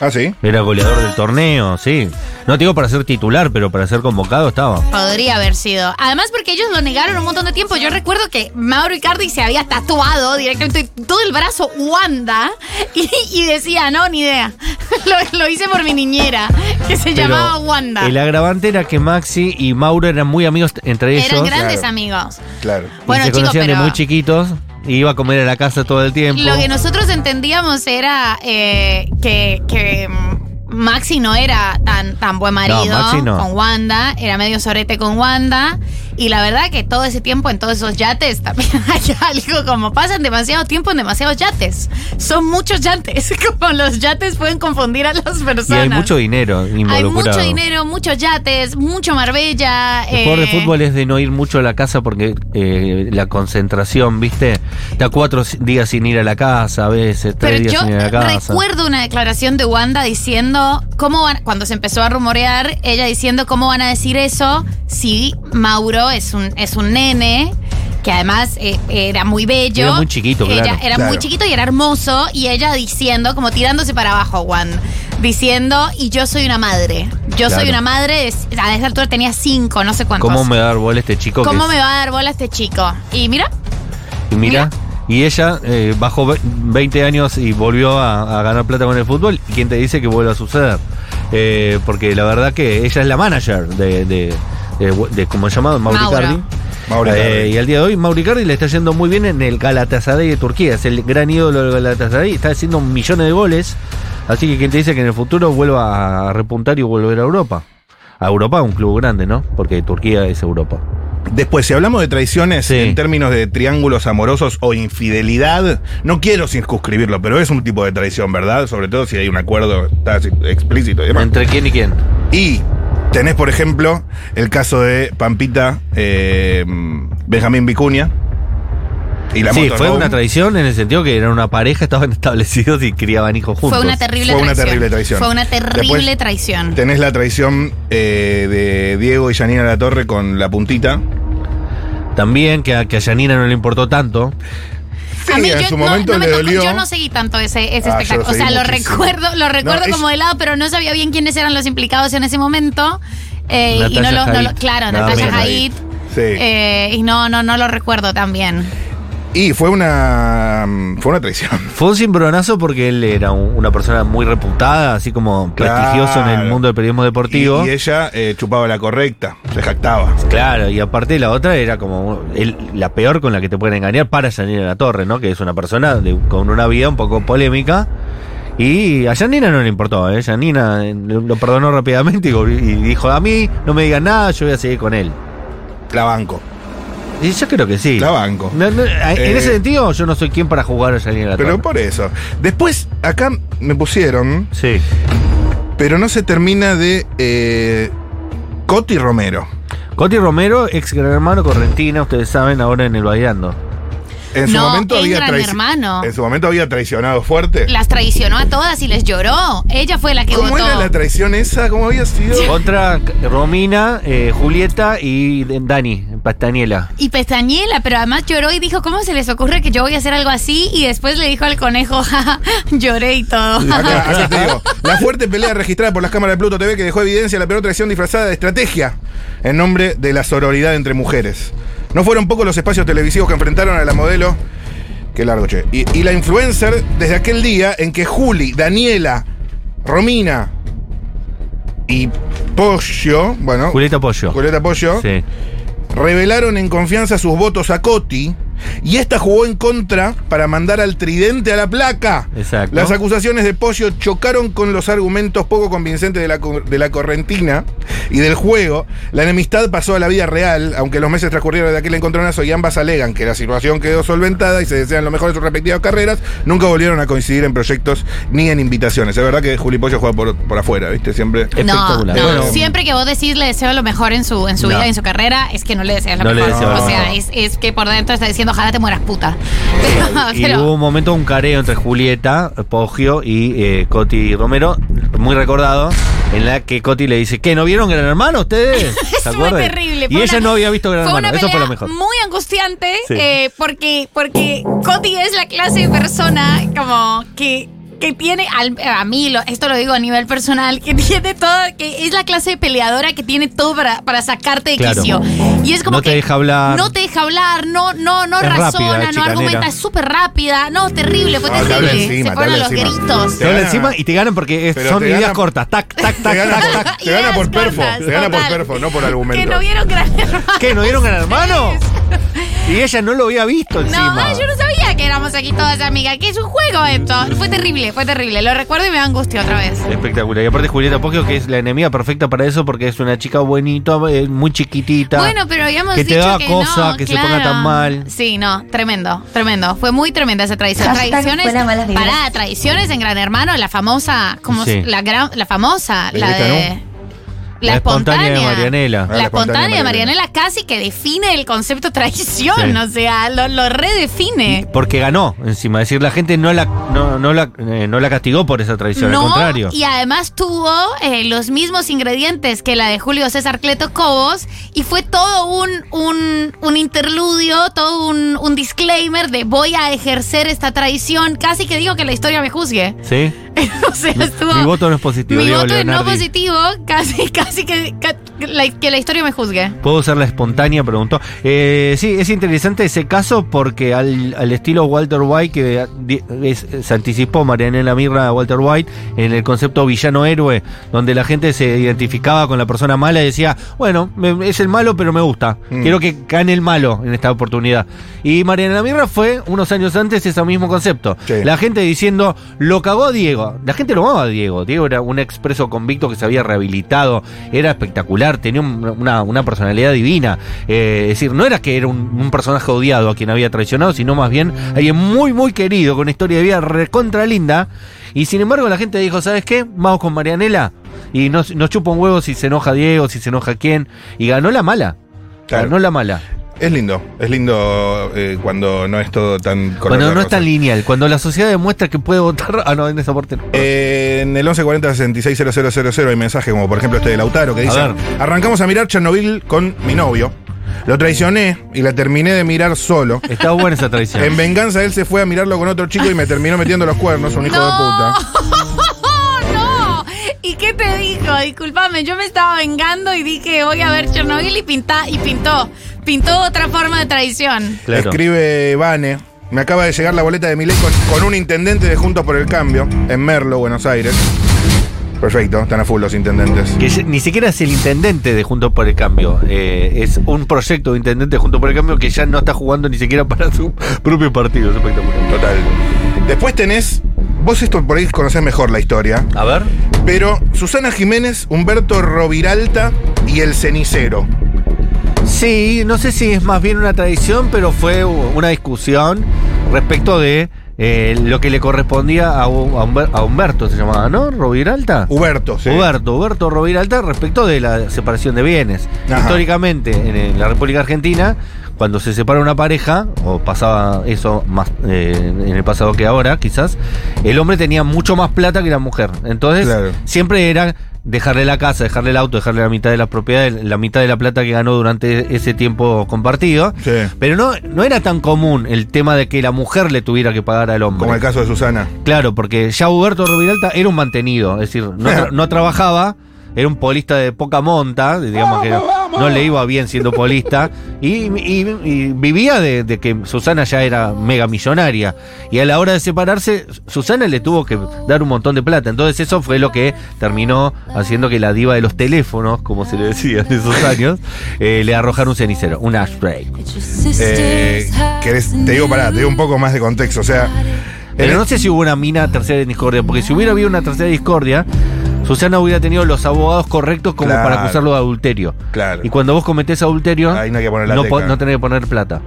[SPEAKER 3] Ah, sí.
[SPEAKER 5] Era goleador del torneo, sí. No te digo para ser titular, pero para ser convocado estaba.
[SPEAKER 1] podría haber sido. Además, porque ellos lo negaron un montón de tiempo. Yo recuerdo que Mauro Icardi se había tatuado directamente todo el brazo Wanda y, y decía, no, ni idea. Lo, lo hice por mi niñera, que se
[SPEAKER 5] Pero
[SPEAKER 1] llamaba Wanda.
[SPEAKER 5] El agravante era que Maxi y Mauro eran muy amigos t- entre ellos.
[SPEAKER 1] Eran grandes amigos.
[SPEAKER 3] Claro.
[SPEAKER 5] Y
[SPEAKER 1] Bueno,
[SPEAKER 5] se
[SPEAKER 1] chicos,
[SPEAKER 5] conocían
[SPEAKER 1] pero-
[SPEAKER 5] de muy chiquitos y iba a comer a la casa todo el tiempo.
[SPEAKER 1] Lo que nosotros entendíamos era eh, que, que, mm, Maxi no era tan, tan buen marido
[SPEAKER 5] No, Maxi no.
[SPEAKER 1] con Wanda, era medio sorete con Wanda. Y la verdad que todo ese tiempo en todos esos yates también hay algo como pasan demasiado tiempo en demasiados yates. Son muchos yates, como los yates pueden confundir a las personas.
[SPEAKER 5] y hay mucho dinero
[SPEAKER 1] Hay mucho
[SPEAKER 5] involucrado.
[SPEAKER 1] dinero, muchos yates, mucho Marbella.
[SPEAKER 5] El jugador de
[SPEAKER 1] eh,
[SPEAKER 5] fútbol es de no ir mucho a la casa porque eh, la concentración, ¿viste? Está cuatro s- días sin ir a la casa a veces,
[SPEAKER 1] Pero
[SPEAKER 5] tres días
[SPEAKER 1] yo
[SPEAKER 5] sin ir a la casa.
[SPEAKER 1] recuerdo una declaración de Wanda diciendo cómo van, cuando se empezó a rumorear, ella diciendo cómo van a decir eso si Mauro es un, es un nene, que además eh, era muy bello.
[SPEAKER 5] Era muy chiquito,
[SPEAKER 1] Ella
[SPEAKER 5] claro.
[SPEAKER 1] era
[SPEAKER 5] Claro.
[SPEAKER 1] muy chiquito y era hermoso, y ella diciendo, como tirándose para abajo, Wanda, diciendo, y yo soy una madre. Yo soy
[SPEAKER 5] Claro.
[SPEAKER 1] una madre, es- a esa altura tenía cinco, no sé cuántos.
[SPEAKER 5] ¿Cómo me va a dar bola este chico? que
[SPEAKER 1] ¿Cómo
[SPEAKER 5] es-
[SPEAKER 1] me va a dar bola este chico? Y mira,
[SPEAKER 5] Y mira, y ella eh, bajó ve- 20 años y volvió a, a ganar plata con el fútbol. ¿Y quién te dice que vuelva a suceder? Eh, porque la verdad que ella es la manager de, de, de- de- ¿cómo se llama?
[SPEAKER 1] Mauro.
[SPEAKER 5] Mauricardi.
[SPEAKER 3] Mauro Icardi.
[SPEAKER 5] Eh, y al día de hoy Mauricardi le está yendo muy bien en el Galatasaray de Turquía. Es el gran ídolo del Galatasaray. Está haciendo millones de goles. Así que quién te dice que en el futuro vuelva a repuntar y volver a Europa. A Europa, un club grande, ¿no? Porque Turquía es Europa.
[SPEAKER 3] Después, si hablamos de traiciones en términos de triángulos amorosos o infidelidad, no quiero circunscribirlo, pero es un tipo de traición, ¿verdad? Sobre todo si hay un acuerdo está así explícito y demás.
[SPEAKER 5] ¿Entre quién y quién?
[SPEAKER 3] Y tenés, por ejemplo, el caso de Pampita eh, Benjamín Vicuña y la
[SPEAKER 5] sí,
[SPEAKER 3] moto
[SPEAKER 5] fue
[SPEAKER 3] Raúl.
[SPEAKER 5] una traición en el sentido que eran una pareja, estaban establecidos y criaban hijos juntos.
[SPEAKER 1] fue una terrible
[SPEAKER 3] Fue una
[SPEAKER 1] traición.
[SPEAKER 3] terrible traición.
[SPEAKER 1] Fue una terrible
[SPEAKER 3] Después-
[SPEAKER 1] traición.
[SPEAKER 3] Tenés la traición eh, de Diego y Yanina La Torre con la puntita.
[SPEAKER 5] También que a, que a Yanina no le importó tanto.
[SPEAKER 3] Sí, en su momento
[SPEAKER 1] me
[SPEAKER 3] le
[SPEAKER 1] tocó-
[SPEAKER 3] dolió.
[SPEAKER 1] yo no seguí tanto ese, ese
[SPEAKER 5] Ah, yo
[SPEAKER 1] espectáculo.
[SPEAKER 5] lo
[SPEAKER 1] O sea,
[SPEAKER 5] seguí
[SPEAKER 1] lo
[SPEAKER 5] muchísimo.
[SPEAKER 1] recuerdo, lo recuerdo
[SPEAKER 3] es-
[SPEAKER 1] como de lado, pero no sabía bien quiénes eran los implicados en ese momento. Eh, y no
[SPEAKER 3] Natalia
[SPEAKER 1] lo, no lo-
[SPEAKER 3] Haidt.
[SPEAKER 1] claro,
[SPEAKER 3] Nada
[SPEAKER 1] Natalia
[SPEAKER 3] menos.
[SPEAKER 1] Haidt.
[SPEAKER 3] Sí.
[SPEAKER 1] Eh, y no, no, no lo recuerdo también.
[SPEAKER 3] Y fue una mm, fue una traición.
[SPEAKER 5] Fue un cimbronazo porque él era un- una persona muy reputada, así como prestigioso en el
[SPEAKER 3] Claro.
[SPEAKER 5] mundo del periodismo deportivo.
[SPEAKER 3] Y, y ella eh, chupaba la correcta, se jactaba.
[SPEAKER 5] Claro, y aparte la otra era como el- la peor con la que te pueden engañar para Yanina La Torre, ¿no? Que es una persona de- con una vida un poco polémica. Y a Yanina no le importó, ¿eh? Yanina eh, lo perdonó rápidamente y, volvió- y dijo, a mí no me digan nada, yo voy a seguir con él.
[SPEAKER 3] La banco.
[SPEAKER 5] Y yo creo que sí.
[SPEAKER 3] La banco.
[SPEAKER 5] No, no, a- en
[SPEAKER 3] Eh,
[SPEAKER 5] ese sentido, yo no soy quien para jugar a Yanina La Torre.
[SPEAKER 3] Pero por eso. Después, acá me pusieron.
[SPEAKER 5] Sí.
[SPEAKER 3] Pero no se termina de eh, Coti Romero.
[SPEAKER 5] Coti Romero, ex gran hermano Correntina, ustedes saben, ahora en el Bailando.
[SPEAKER 3] En su
[SPEAKER 1] No,
[SPEAKER 3] momento
[SPEAKER 1] en
[SPEAKER 3] había
[SPEAKER 1] Gran
[SPEAKER 3] traici-
[SPEAKER 1] Hermano.
[SPEAKER 3] En su momento había traicionado fuerte.
[SPEAKER 1] Las traicionó a todas y les lloró. Ella fue la que
[SPEAKER 3] ¿Cómo
[SPEAKER 1] votó.
[SPEAKER 3] era la traición esa? ¿Cómo había sido?
[SPEAKER 5] Contra Romina, eh, Julieta y Dani, Pastaniela.
[SPEAKER 1] Y pestañela, pero además lloró y dijo, ¿cómo se les ocurre que yo voy a hacer algo así? Y después le dijo al conejo, "Ja, ja, lloré y todo.
[SPEAKER 3] Acá, acá te digo. La fuerte pelea registrada por las cámaras de Pluto TV que dejó evidencia la peor traición disfrazada de estrategia en nombre de la sororidad entre mujeres. No fueron pocos los espacios televisivos que enfrentaron a la modelo. Qué largo, che. Y, y la influencer desde aquel día en que Juli, Daniela, Romina y Pollo, bueno,
[SPEAKER 5] Julieta Pollo.
[SPEAKER 3] Julieta Pollo,
[SPEAKER 5] Sí.
[SPEAKER 3] revelaron en confianza sus votos a Coti y esta jugó en contra para mandar al tridente a la placa.
[SPEAKER 5] Exacto.
[SPEAKER 3] Las acusaciones de Pollo chocaron con los argumentos poco convincentes de la, cor- de la correntina y del juego. La enemistad pasó a la vida real, aunque los meses transcurrieron de aquel encontronazo y ambas alegan que la situación quedó solventada y se desean lo mejor en sus respectivas carreras. Nunca volvieron a coincidir en proyectos ni en invitaciones. Es verdad que Juli Pollo juega por, por afuera, ¿viste? Siempre.
[SPEAKER 1] No, no,
[SPEAKER 3] Bueno,
[SPEAKER 1] siempre que vos decís le deseo lo mejor en su, en su
[SPEAKER 3] No.
[SPEAKER 1] vida y en su carrera, es que no le deseas lo
[SPEAKER 5] No le
[SPEAKER 1] mejor.
[SPEAKER 5] deseo lo
[SPEAKER 1] o sea,
[SPEAKER 5] mejor.
[SPEAKER 1] es, es que por dentro está diciendo, ojalá te mueras puta. Pero,
[SPEAKER 5] Y
[SPEAKER 1] pero-
[SPEAKER 5] hubo un momento, un careo entre Julieta, Poggio y eh, Coti Romero, muy recordado, en la que Coti le dice, ¿qué? ¿No vieron Gran Hermano ustedes? ¿Se
[SPEAKER 1] Eso fue
[SPEAKER 5] acuerdan?
[SPEAKER 1] terrible.
[SPEAKER 5] Y
[SPEAKER 1] Fue
[SPEAKER 5] ella
[SPEAKER 1] una-
[SPEAKER 5] no había visto Gran
[SPEAKER 1] Fue una
[SPEAKER 5] Hermano, eso
[SPEAKER 1] pelea
[SPEAKER 5] fue lo mejor.
[SPEAKER 1] muy angustiante
[SPEAKER 5] Sí.
[SPEAKER 1] eh, porque, porque Coti es la clase de persona como que, que tiene, al- a mí lo- esto lo digo a nivel personal, que tiene todo, que es la clase de peleadora que tiene todo para, para sacarte de
[SPEAKER 5] Claro.
[SPEAKER 1] quicio. Y es como
[SPEAKER 5] No te
[SPEAKER 1] que
[SPEAKER 5] deja hablar.
[SPEAKER 1] No te deja hablar, no, no, no
[SPEAKER 5] Es
[SPEAKER 1] razona,
[SPEAKER 5] rápida, es
[SPEAKER 1] no
[SPEAKER 5] chicanera.
[SPEAKER 1] argumenta, es súper rápida. No, terrible, fue
[SPEAKER 5] Ah, te habla
[SPEAKER 1] terrible.
[SPEAKER 5] encima,
[SPEAKER 1] Se
[SPEAKER 5] te
[SPEAKER 1] fueron a
[SPEAKER 5] habla
[SPEAKER 1] los
[SPEAKER 5] encima.
[SPEAKER 1] gritos.
[SPEAKER 5] Te hablan encima y te ganan porque es-
[SPEAKER 3] Pero
[SPEAKER 5] son
[SPEAKER 3] te
[SPEAKER 5] ideas
[SPEAKER 3] ganan-
[SPEAKER 5] cortas. Tac, tac,
[SPEAKER 3] Te
[SPEAKER 5] tac,
[SPEAKER 3] gana,
[SPEAKER 5] tac,
[SPEAKER 3] por-
[SPEAKER 5] tac.
[SPEAKER 3] te gana por
[SPEAKER 1] Ideas
[SPEAKER 3] perfo,
[SPEAKER 1] cortas,
[SPEAKER 3] te gana por
[SPEAKER 1] total.
[SPEAKER 3] perfo, no por
[SPEAKER 1] Que
[SPEAKER 3] argumento.
[SPEAKER 1] no vieron Gran Hermano.
[SPEAKER 5] ¿Qué? ¿No vieron Gran Hermano? Y ella no lo había visto
[SPEAKER 1] No,
[SPEAKER 5] encima.
[SPEAKER 1] ay, yo no sabía que éramos aquí todas amigas. Que es un juego esto. Fue terrible, fue terrible. Lo recuerdo y me da angustia otra vez.
[SPEAKER 5] Espectacular. Y aparte Julieta Poggio, que es la enemiga perfecta para eso, porque es una chica bonita, eh, muy chiquitita.
[SPEAKER 1] Bueno, pero habíamos
[SPEAKER 5] Que te
[SPEAKER 1] dicho
[SPEAKER 5] da
[SPEAKER 1] que
[SPEAKER 5] cosa,
[SPEAKER 1] no,
[SPEAKER 5] que se
[SPEAKER 1] claro.
[SPEAKER 5] ponga tan mal.
[SPEAKER 1] Sí, no, tremendo, tremendo. Fue muy tremenda esa traición.
[SPEAKER 12] Hashtag
[SPEAKER 1] Traiciones,
[SPEAKER 12] buenas malas vibras.
[SPEAKER 1] pará, traiciones en Gran Hermano, la famosa, como
[SPEAKER 5] Sí.
[SPEAKER 1] la gran, la famosa, la
[SPEAKER 5] Rebeca,
[SPEAKER 1] de la, espontánea.
[SPEAKER 5] espontánea de Marianela.
[SPEAKER 1] La espontánea de Marianela casi que define el concepto traición,
[SPEAKER 5] Sí.
[SPEAKER 1] o sea, lo, lo redefine.
[SPEAKER 5] Porque ganó, encima. Es decir, la gente no la, no, no la, eh, no la castigó por esa traición, al contrario.
[SPEAKER 1] Y además tuvo eh, los mismos ingredientes que la de Julio César Cleto Cobos y fue todo un, un, un interludio, todo un, un disclaimer de voy a ejercer esta traición. Casi que digo que la historia me juzgue.
[SPEAKER 5] ¿Sí?
[SPEAKER 1] o sea, estuvo.
[SPEAKER 5] Mi voto no es positivo,
[SPEAKER 1] mi
[SPEAKER 5] Diego
[SPEAKER 1] voto es no
[SPEAKER 5] Leonardi.
[SPEAKER 1] positivo, casi, casi que, ca- la- que la historia me juzgue.
[SPEAKER 5] ¿Puedo usar la espontánea? Preguntó. Eh, sí, es interesante ese caso porque al, al estilo Walter White, que eh, di- es- se anticipó Marianela Mirra a Walter White en el concepto villano-héroe, donde la gente se identificaba con la persona mala y decía, bueno, me- es el malo, pero me gusta.
[SPEAKER 13] Mm.
[SPEAKER 5] Quiero que gane el malo en esta oportunidad. Y Marianela Mirra fue unos años antes ese mismo concepto. La gente diciendo, lo cagó a Diego. La gente lo amaba a Diego. Diego era un expreso convicto que se había rehabilitado, era espectacular, tenía un- una, una personalidad divina. Eh, es decir, no era que era un, un personaje odiado a quien había traicionado, sino más bien alguien muy, muy querido, con una historia de vida recontra linda. Y sin embargo, la gente dijo, ¿sabes qué? Vamos con Marianela. Y nos, nos chupa un huevo si se enoja Diego, si se enoja quién. Y ganó la mala. Ganó la mala.
[SPEAKER 3] Es lindo, es lindo eh, cuando no es todo tan color
[SPEAKER 5] Cuando
[SPEAKER 3] de
[SPEAKER 5] no es
[SPEAKER 3] rosa.
[SPEAKER 5] tan lineal, cuando la sociedad demuestra que puede votar. Ah, no, en esa parte no.
[SPEAKER 3] En el 1140-660000 hay mensajes como por ejemplo este de Lautaro que dice,
[SPEAKER 5] A ver.
[SPEAKER 3] arrancamos a mirar Chernobyl con mi novio. Lo traicioné y la terminé de mirar solo.
[SPEAKER 5] Está buena esa traición.
[SPEAKER 3] En venganza él se fue a mirarlo con otro chico y me terminó metiendo los cuernos, un hijo de puta.
[SPEAKER 1] ¡No! ¿Y qué te dijo? Disculpame, yo me estaba vengando y dije voy a ver Chernobyl y, pinta, y pintó. Pintó otra forma de traición.
[SPEAKER 3] Escribe Vane. Me acaba de llegar la boleta de Milei con, con un intendente de Juntos por el Cambio en Merlo, Buenos Aires. Perfecto, están a full los intendentes.
[SPEAKER 5] Que ya- ni siquiera es el intendente de Juntos por el Cambio. eh, es un proyecto de intendente de Juntos por el Cambio que ya no está jugando ni siquiera para su propio partido. Es espectacular.
[SPEAKER 3] Total. Después tenés. Vos esto por ahí conocés mejor la historia.
[SPEAKER 5] A ver.
[SPEAKER 3] Pero Susana Jiménez, Humberto Roviralta y El Cenicero.
[SPEAKER 5] Sí, no sé si es más bien una tradición, pero fue una discusión respecto de eh, lo que le correspondía a, Hu- a Humber- a Humberto, se llamaba, ¿no? Robiralta.
[SPEAKER 3] Huberto, sí.
[SPEAKER 5] Huberto, Huberto Robiralta respecto de la separación de bienes.
[SPEAKER 3] Ajá.
[SPEAKER 5] Históricamente, en, eh, la República Argentina, cuando se separa una pareja, o pasaba eso más eh, en el pasado que ahora, quizás, el hombre tenía mucho más plata que la mujer. Entonces,
[SPEAKER 3] Claro.
[SPEAKER 5] siempre era dejarle la casa, dejarle el auto, dejarle la mitad de las propiedades, la mitad de la plata que ganó durante ese tiempo compartido.
[SPEAKER 3] Sí.
[SPEAKER 5] Pero no, no era tan común el tema de que la mujer le tuviera que pagar al hombre.
[SPEAKER 3] Como el caso de Susana.
[SPEAKER 5] Claro, porque ya Huberto Rubiralta era un mantenido, es decir, no, tra- no trabajaba, era un polista de poca monta, digamos que no, no le iba bien siendo polista, y, y- y vivía de, de que Susana ya era mega millonaria. Y a la hora de separarse, Susana le tuvo que dar un montón de plata. Entonces eso fue lo que terminó haciendo que la diva de los teléfonos, como se le decía en esos años, eh, le arrojara un cenicero, un ashtray.
[SPEAKER 3] Eh, ¿querés- te digo, pará, te digo un poco más de contexto. O sea, ¿Eh?
[SPEAKER 5] Pero no sé si hubo una mina tercera de discordia, porque si hubiera habido una tercera discordia, Susana hubiera tenido los abogados correctos como
[SPEAKER 3] Claro.
[SPEAKER 5] para acusarlo de adulterio.
[SPEAKER 3] Claro.
[SPEAKER 5] Y cuando vos cometés adulterio,
[SPEAKER 3] no, hay que poner la
[SPEAKER 5] po-
[SPEAKER 3] teca.
[SPEAKER 5] no tenés que poner plata.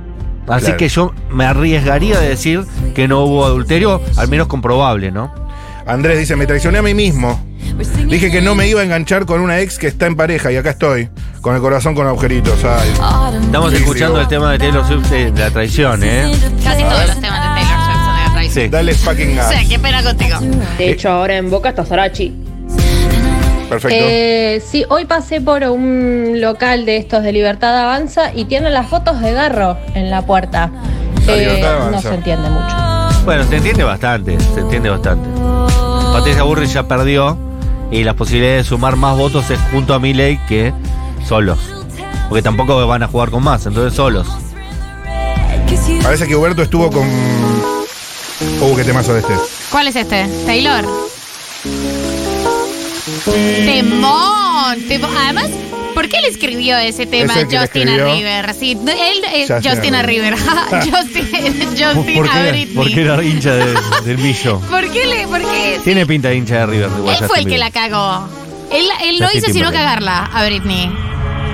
[SPEAKER 5] Así
[SPEAKER 3] Claro.
[SPEAKER 5] que yo me arriesgaría a decir que no hubo adulterio, al menos comprobable, ¿no?
[SPEAKER 3] Andrés dice, me traicioné a mí mismo. Dije que no me iba a enganchar con una ex que está en pareja y acá estoy, con el corazón con agujeritos. Ay.
[SPEAKER 5] Estamos escuchando el tema de Taylor Swift de la traición, ¿eh?
[SPEAKER 1] Casi todos los temas de Taylor Swift son de traición.
[SPEAKER 5] Sí.
[SPEAKER 3] Dale fucking
[SPEAKER 1] O
[SPEAKER 3] gas.
[SPEAKER 1] sea, qué pena contigo.
[SPEAKER 14] De hecho, ahora en Boca está Sarachi.
[SPEAKER 3] Perfecto.
[SPEAKER 12] Eh, sí, hoy pasé por un local de estos de Libertad Avanza y tienen las fotos de Garro en la puerta.
[SPEAKER 5] La
[SPEAKER 12] Eh,
[SPEAKER 5] Libertad
[SPEAKER 12] no
[SPEAKER 5] Avanza.
[SPEAKER 12] se entiende mucho.
[SPEAKER 5] Bueno, se entiende bastante, se entiende bastante. Patricia Burris ya perdió y las posibilidades de sumar más votos es junto a Milei que solos. Porque tampoco van a jugar con más, entonces solos.
[SPEAKER 3] Parece que Huberto estuvo con. Uh, qué temazo de este.
[SPEAKER 1] ¿Cuál es este? Taylor. Temón. temón. Además, ¿por qué le escribió ese tema
[SPEAKER 3] Es el que le
[SPEAKER 1] Justin
[SPEAKER 3] escribió.
[SPEAKER 1] a River? Sí, no, él es
[SPEAKER 5] Justin
[SPEAKER 1] Justin a River. Justin, Justin
[SPEAKER 5] ¿Por
[SPEAKER 1] a
[SPEAKER 5] qué,
[SPEAKER 1] Britney.
[SPEAKER 5] por qué era hincha de- del millo?
[SPEAKER 1] ¿Por qué le.? ¿Por qué?
[SPEAKER 5] Tiene pinta de hincha de River. igual,
[SPEAKER 1] Él fue el
[SPEAKER 5] Justin
[SPEAKER 1] que la
[SPEAKER 5] Bieber.
[SPEAKER 1] cagó. Él, él no
[SPEAKER 5] Justin
[SPEAKER 1] hizo sino
[SPEAKER 5] Timberlake.
[SPEAKER 1] cagarla a Britney.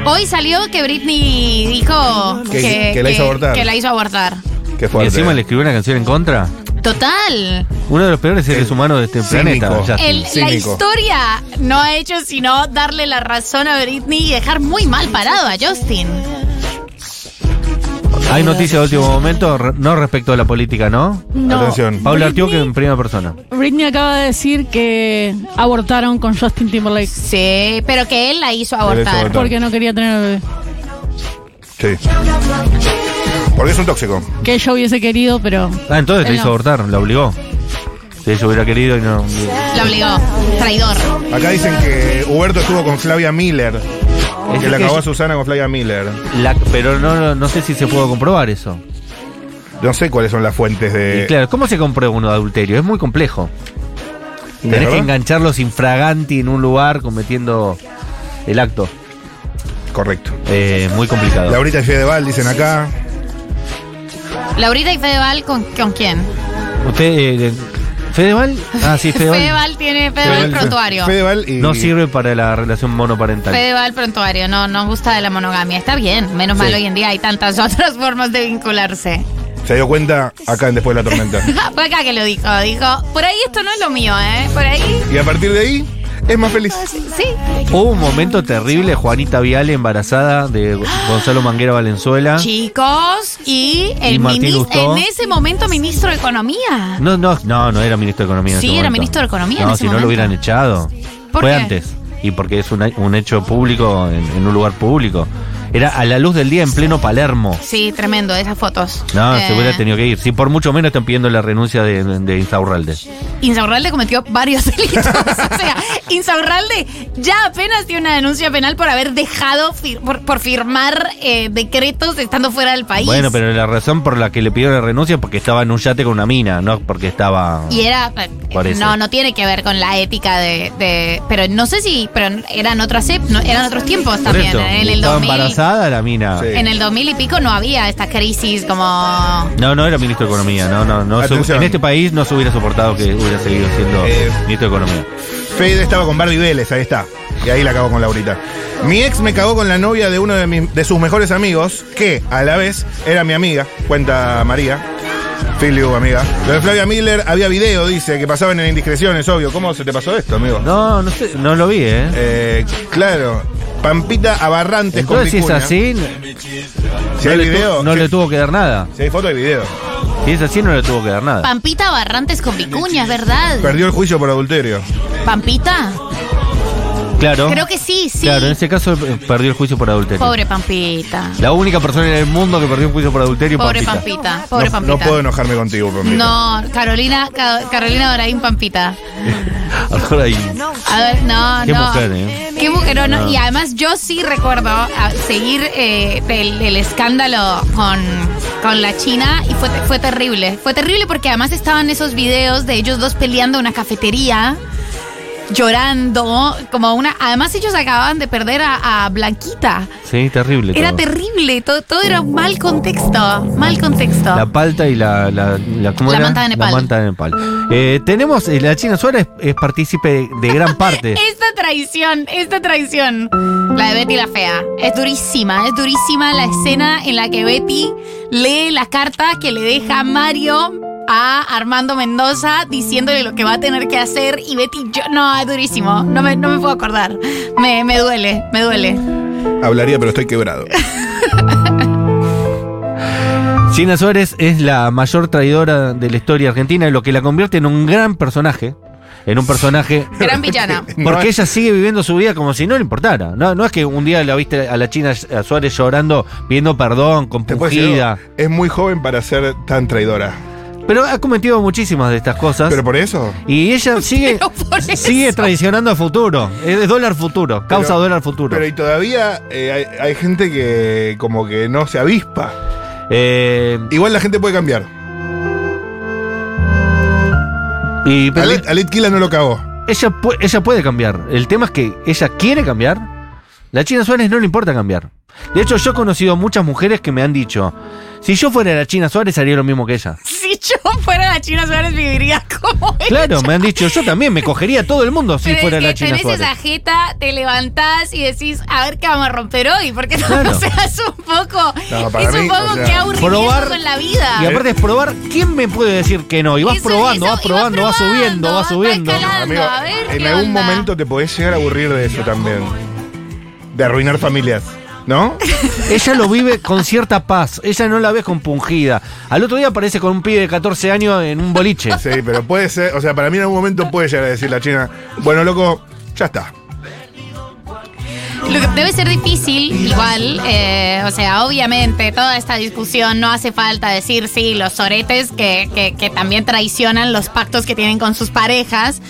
[SPEAKER 1] Hoy salió que Britney dijo
[SPEAKER 5] Que- que la hizo abortar.
[SPEAKER 1] que la hizo abortar.
[SPEAKER 5] Y
[SPEAKER 3] eh.
[SPEAKER 5] encima le escribió una canción en contra.
[SPEAKER 1] Total.
[SPEAKER 5] Uno de los peores seres humanos de este planeta. Justin.
[SPEAKER 1] El- la historia no ha hecho sino darle la razón a Britney y dejar muy mal parado a Justin.
[SPEAKER 5] Hay noticias de último momento, re- no respecto a la política, ¿no?
[SPEAKER 13] No. Atención.
[SPEAKER 5] Paula Artiuk en primera persona.
[SPEAKER 13] Britney acaba de decir que abortaron con Justin Timberlake.
[SPEAKER 1] Sí, pero que él la hizo
[SPEAKER 3] abortar. abortar.
[SPEAKER 13] Porque no quería tener bebé.
[SPEAKER 3] Sí. Porque es un tóxico.
[SPEAKER 13] Que ella hubiese querido, pero.
[SPEAKER 5] Ah, entonces
[SPEAKER 13] Él
[SPEAKER 5] te hizo
[SPEAKER 13] no.
[SPEAKER 5] abortar, la obligó. Si ella hubiera querido y no.
[SPEAKER 1] La obligó. Traidor.
[SPEAKER 3] Acá dicen que Huberto estuvo con Flavia Miller. Que
[SPEAKER 5] que
[SPEAKER 3] le acabó
[SPEAKER 5] yo-
[SPEAKER 3] a Susana con Flavia Miller.
[SPEAKER 5] La- pero no, no, no sé si se pudo comprobar eso.
[SPEAKER 3] No sé cuáles son las fuentes de.
[SPEAKER 5] Y claro, ¿cómo se comprueba uno de adulterio? Es muy complejo. Tenés
[SPEAKER 3] ¿Verdad?
[SPEAKER 5] que engancharlos infraganti en un lugar cometiendo el acto. Eh,
[SPEAKER 3] Correcto.
[SPEAKER 5] muy complicado.
[SPEAKER 3] Laurita y Fedeval dicen acá.
[SPEAKER 1] Laurita y Fedeval, ¿con, con quién?
[SPEAKER 5] ¿Usted. eh, ¿Fedeval? Ah, sí, Fedeval.
[SPEAKER 1] Fedeval tiene Fedeval prontuario.
[SPEAKER 5] No sirve para la relación monoparental.
[SPEAKER 1] Fedeval prontuario, no, no gusta de la monogamia. Está bien, menos
[SPEAKER 3] Sí.
[SPEAKER 1] mal hoy en día hay tantas otras formas de vincularse.
[SPEAKER 3] Se dio cuenta acá en Después de la Tormenta.
[SPEAKER 1] Fue acá que lo dijo, dijo, por ahí esto no es lo mío, ¿eh? Por ahí,
[SPEAKER 3] y a partir de ahí, es más feliz.
[SPEAKER 1] sí.
[SPEAKER 5] Hubo un momento terrible, Juanita Viale embarazada de Gonzalo Manguera Valenzuela.
[SPEAKER 1] Chicos, y el
[SPEAKER 5] Ah. Y Martín
[SPEAKER 1] minis-
[SPEAKER 5] Lustó.
[SPEAKER 1] en ese momento ministro de Economía.
[SPEAKER 5] No, no, no, no era ministro de Economía. en
[SPEAKER 1] Sí,
[SPEAKER 5] ese
[SPEAKER 1] era
[SPEAKER 5] momento.
[SPEAKER 1] ministro de Economía en
[SPEAKER 5] No,
[SPEAKER 1] ese
[SPEAKER 5] si no
[SPEAKER 1] momento.
[SPEAKER 5] lo hubieran echado.
[SPEAKER 1] ¿Por
[SPEAKER 5] Fue
[SPEAKER 1] qué?
[SPEAKER 5] antes. Y porque es un, un hecho público en, en un lugar público. Era a la luz del día en pleno Palermo.
[SPEAKER 1] Sí, tremendo, esas fotos.
[SPEAKER 5] No,
[SPEAKER 1] Eh,
[SPEAKER 5] se hubiera tenido que ir. Si por mucho menos están pidiendo la renuncia de, de Insaurralde.
[SPEAKER 1] Insaurralde cometió varios delitos. o sea, Insaurralde ya apenas tiene una denuncia penal por haber dejado, fir- por, por firmar eh, decretos estando fuera del país.
[SPEAKER 5] Bueno, pero la razón por la que le pidieron la renuncia es porque estaba en un yate con una mina, no porque estaba.
[SPEAKER 1] Y era. eh,
[SPEAKER 5] Por eso.
[SPEAKER 1] No, no tiene que ver con la ética de. de- pero no sé si. Pero eran otras ep- no, eran otros tiempos
[SPEAKER 5] Por
[SPEAKER 1] también.
[SPEAKER 5] eso,
[SPEAKER 1] ¿eh? En el
[SPEAKER 5] estaba
[SPEAKER 1] 2000.
[SPEAKER 5] embarazada la mina.
[SPEAKER 1] En el 2000 y pico no había esta crisis como.
[SPEAKER 5] No, no era ministro de Economía. No, no, no.
[SPEAKER 3] Atención.
[SPEAKER 5] En este país no se hubiera soportado que hubiera seguido siendo ministro de Economía.
[SPEAKER 3] Fede estaba con Barbie Vélez, ahí está. Y ahí la acabó con Laurita. Mi ex me cagó con la novia de uno de, mis- de sus mejores amigos, que a la vez era mi amiga, cuenta María. Filiu, amiga. Lo de Flavia Miller, había video, dice, que pasaban en indiscreciones, obvio. ¿Cómo se te pasó esto, amigo?
[SPEAKER 5] No, no sé, no lo vi, ¿eh?
[SPEAKER 3] claro. Pampita Abarrantes con
[SPEAKER 5] Entonces, si es
[SPEAKER 3] Vicuña.
[SPEAKER 5] así,
[SPEAKER 3] Si
[SPEAKER 5] no,
[SPEAKER 3] hay
[SPEAKER 5] le, tu-
[SPEAKER 3] video,
[SPEAKER 5] no
[SPEAKER 3] sí.
[SPEAKER 5] le tuvo que dar nada.
[SPEAKER 3] Si hay foto, hay video.
[SPEAKER 5] Si es así, no le tuvo que dar nada.
[SPEAKER 1] Pampita Barrantes con Vicuña, es ¿verdad?
[SPEAKER 3] Perdió el juicio por adulterio.
[SPEAKER 1] Pampita.
[SPEAKER 5] Claro.
[SPEAKER 1] Creo que sí, sí.
[SPEAKER 5] Claro, en ese caso eh, perdió el juicio por adulterio.
[SPEAKER 1] Pobre Pampita.
[SPEAKER 5] La única persona en el mundo que perdió un juicio por adulterio
[SPEAKER 1] Pobre
[SPEAKER 5] Pampita.
[SPEAKER 1] Pampita. Pobre
[SPEAKER 3] no,
[SPEAKER 1] Pampita.
[SPEAKER 3] no puedo enojarme contigo, Pampita.
[SPEAKER 1] No, Carolina, Ca- Carolina Doraín Pampita.
[SPEAKER 5] Ahora ahí.
[SPEAKER 1] A ver, no,
[SPEAKER 5] Qué
[SPEAKER 1] no.
[SPEAKER 5] mujer, ¿eh?
[SPEAKER 1] Qué mujerón, ¿no?
[SPEAKER 5] No.
[SPEAKER 1] Y además yo sí recuerdo a, seguir eh, el, el escándalo con, con la China y fue, fue terrible. Fue terrible porque además estaban esos videos de ellos dos peleando en una cafetería. Llorando, como una. Además, ellos acababan de perder a, a Blanquita.
[SPEAKER 5] Sí, terrible.
[SPEAKER 1] Era
[SPEAKER 5] todo. Uh.
[SPEAKER 1] terrible, todo, todo era un mal contexto. Mal contexto.
[SPEAKER 5] La palta y la. la, la, ¿cómo
[SPEAKER 1] La
[SPEAKER 5] era?
[SPEAKER 1] manta de Nepal.
[SPEAKER 5] La manta de Nepal. Eh, tenemos. eh, La China Suárez es partícipe de, de gran parte.
[SPEAKER 1] Esta traición, esta traición. La de Betty la Fea. Es durísima, es durísima la escena en la que Betty lee la carta que le deja Mario a Armando Mendoza diciéndole lo que va a tener que hacer y Betty, yo, no, es durísimo, no me, no me puedo acordar. Me, me duele, me duele.
[SPEAKER 3] Hablaría, pero estoy quebrado.
[SPEAKER 5] China Suárez es la mayor traidora de la historia argentina, lo que la convierte en un gran personaje. en un personaje.
[SPEAKER 1] Gran villana.
[SPEAKER 5] Porque ella sigue viviendo su vida como si no le importara. No, no es que un día la viste a la China a Suárez llorando, pidiendo perdón,
[SPEAKER 3] Después llegó,
[SPEAKER 5] compungida.
[SPEAKER 3] es muy joven para ser tan traidora.
[SPEAKER 5] Pero ha cometido muchísimas de estas cosas.
[SPEAKER 3] Pero por eso.
[SPEAKER 5] Y ella sigue,
[SPEAKER 1] Pero por eso.
[SPEAKER 5] sigue traicionando a futuro. Es de dólar futuro. Causa
[SPEAKER 3] Pero-
[SPEAKER 5] dólar futuro.
[SPEAKER 3] Pero y todavía eh, hay, hay gente que como que no se avispa.
[SPEAKER 5] Eh,
[SPEAKER 3] Igual la gente puede cambiar.
[SPEAKER 5] y, pero-
[SPEAKER 3] Alit, Alit Kila no lo cagó.
[SPEAKER 5] ella, pu- ella puede cambiar. El tema es que ella quiere cambiar. La China Suárez no le importa cambiar. De hecho, yo he conocido muchas mujeres que me han dicho: Si yo fuera la China Suárez, haría lo mismo que ella.
[SPEAKER 1] Si yo fuera la China Suárez, viviría como ella.
[SPEAKER 5] Claro, me han dicho: Yo también me cogería a todo el mundo si
[SPEAKER 1] Pero
[SPEAKER 5] fuera
[SPEAKER 1] es que
[SPEAKER 5] la China
[SPEAKER 1] tenés
[SPEAKER 5] Suárez.
[SPEAKER 1] esa jeta, te levantás y decís, a ver qué vamos a romper hoy, porque no,
[SPEAKER 5] Claro.
[SPEAKER 1] o sea, es un poco,
[SPEAKER 3] No, para
[SPEAKER 1] es un
[SPEAKER 3] mí,
[SPEAKER 1] poco
[SPEAKER 3] o sea,
[SPEAKER 1] que aburrimiento
[SPEAKER 5] probar
[SPEAKER 1] con la vida.
[SPEAKER 5] Y aparte es probar, ¿quién me puede decir que no? Y vas
[SPEAKER 1] Eso-
[SPEAKER 5] probando,
[SPEAKER 1] eso, y
[SPEAKER 5] vas
[SPEAKER 1] vas
[SPEAKER 5] probando, vas
[SPEAKER 1] probando,
[SPEAKER 5] subiendo, vas
[SPEAKER 1] vas
[SPEAKER 5] subiendo.
[SPEAKER 1] escalando.
[SPEAKER 3] Amigo,
[SPEAKER 1] Ah, a ver
[SPEAKER 3] en
[SPEAKER 1] qué
[SPEAKER 3] algún
[SPEAKER 1] onda.
[SPEAKER 3] momento te podés llegar a aburrir de eso también. De arruinar familias. ¿No?
[SPEAKER 5] Ella lo vive con cierta paz, ella no la ve compungida. Al otro día aparece con un pibe de 14 años en un boliche.
[SPEAKER 3] Sí, pero puede ser, o sea, para mí en algún momento puede llegar a decir la China, bueno, loco, ya está.
[SPEAKER 1] Lo que debe ser difícil, igual, eh, o sea, obviamente toda esta discusión no hace falta decir, sí, los soretes que, que- que también traicionan los pactos que tienen con sus parejas.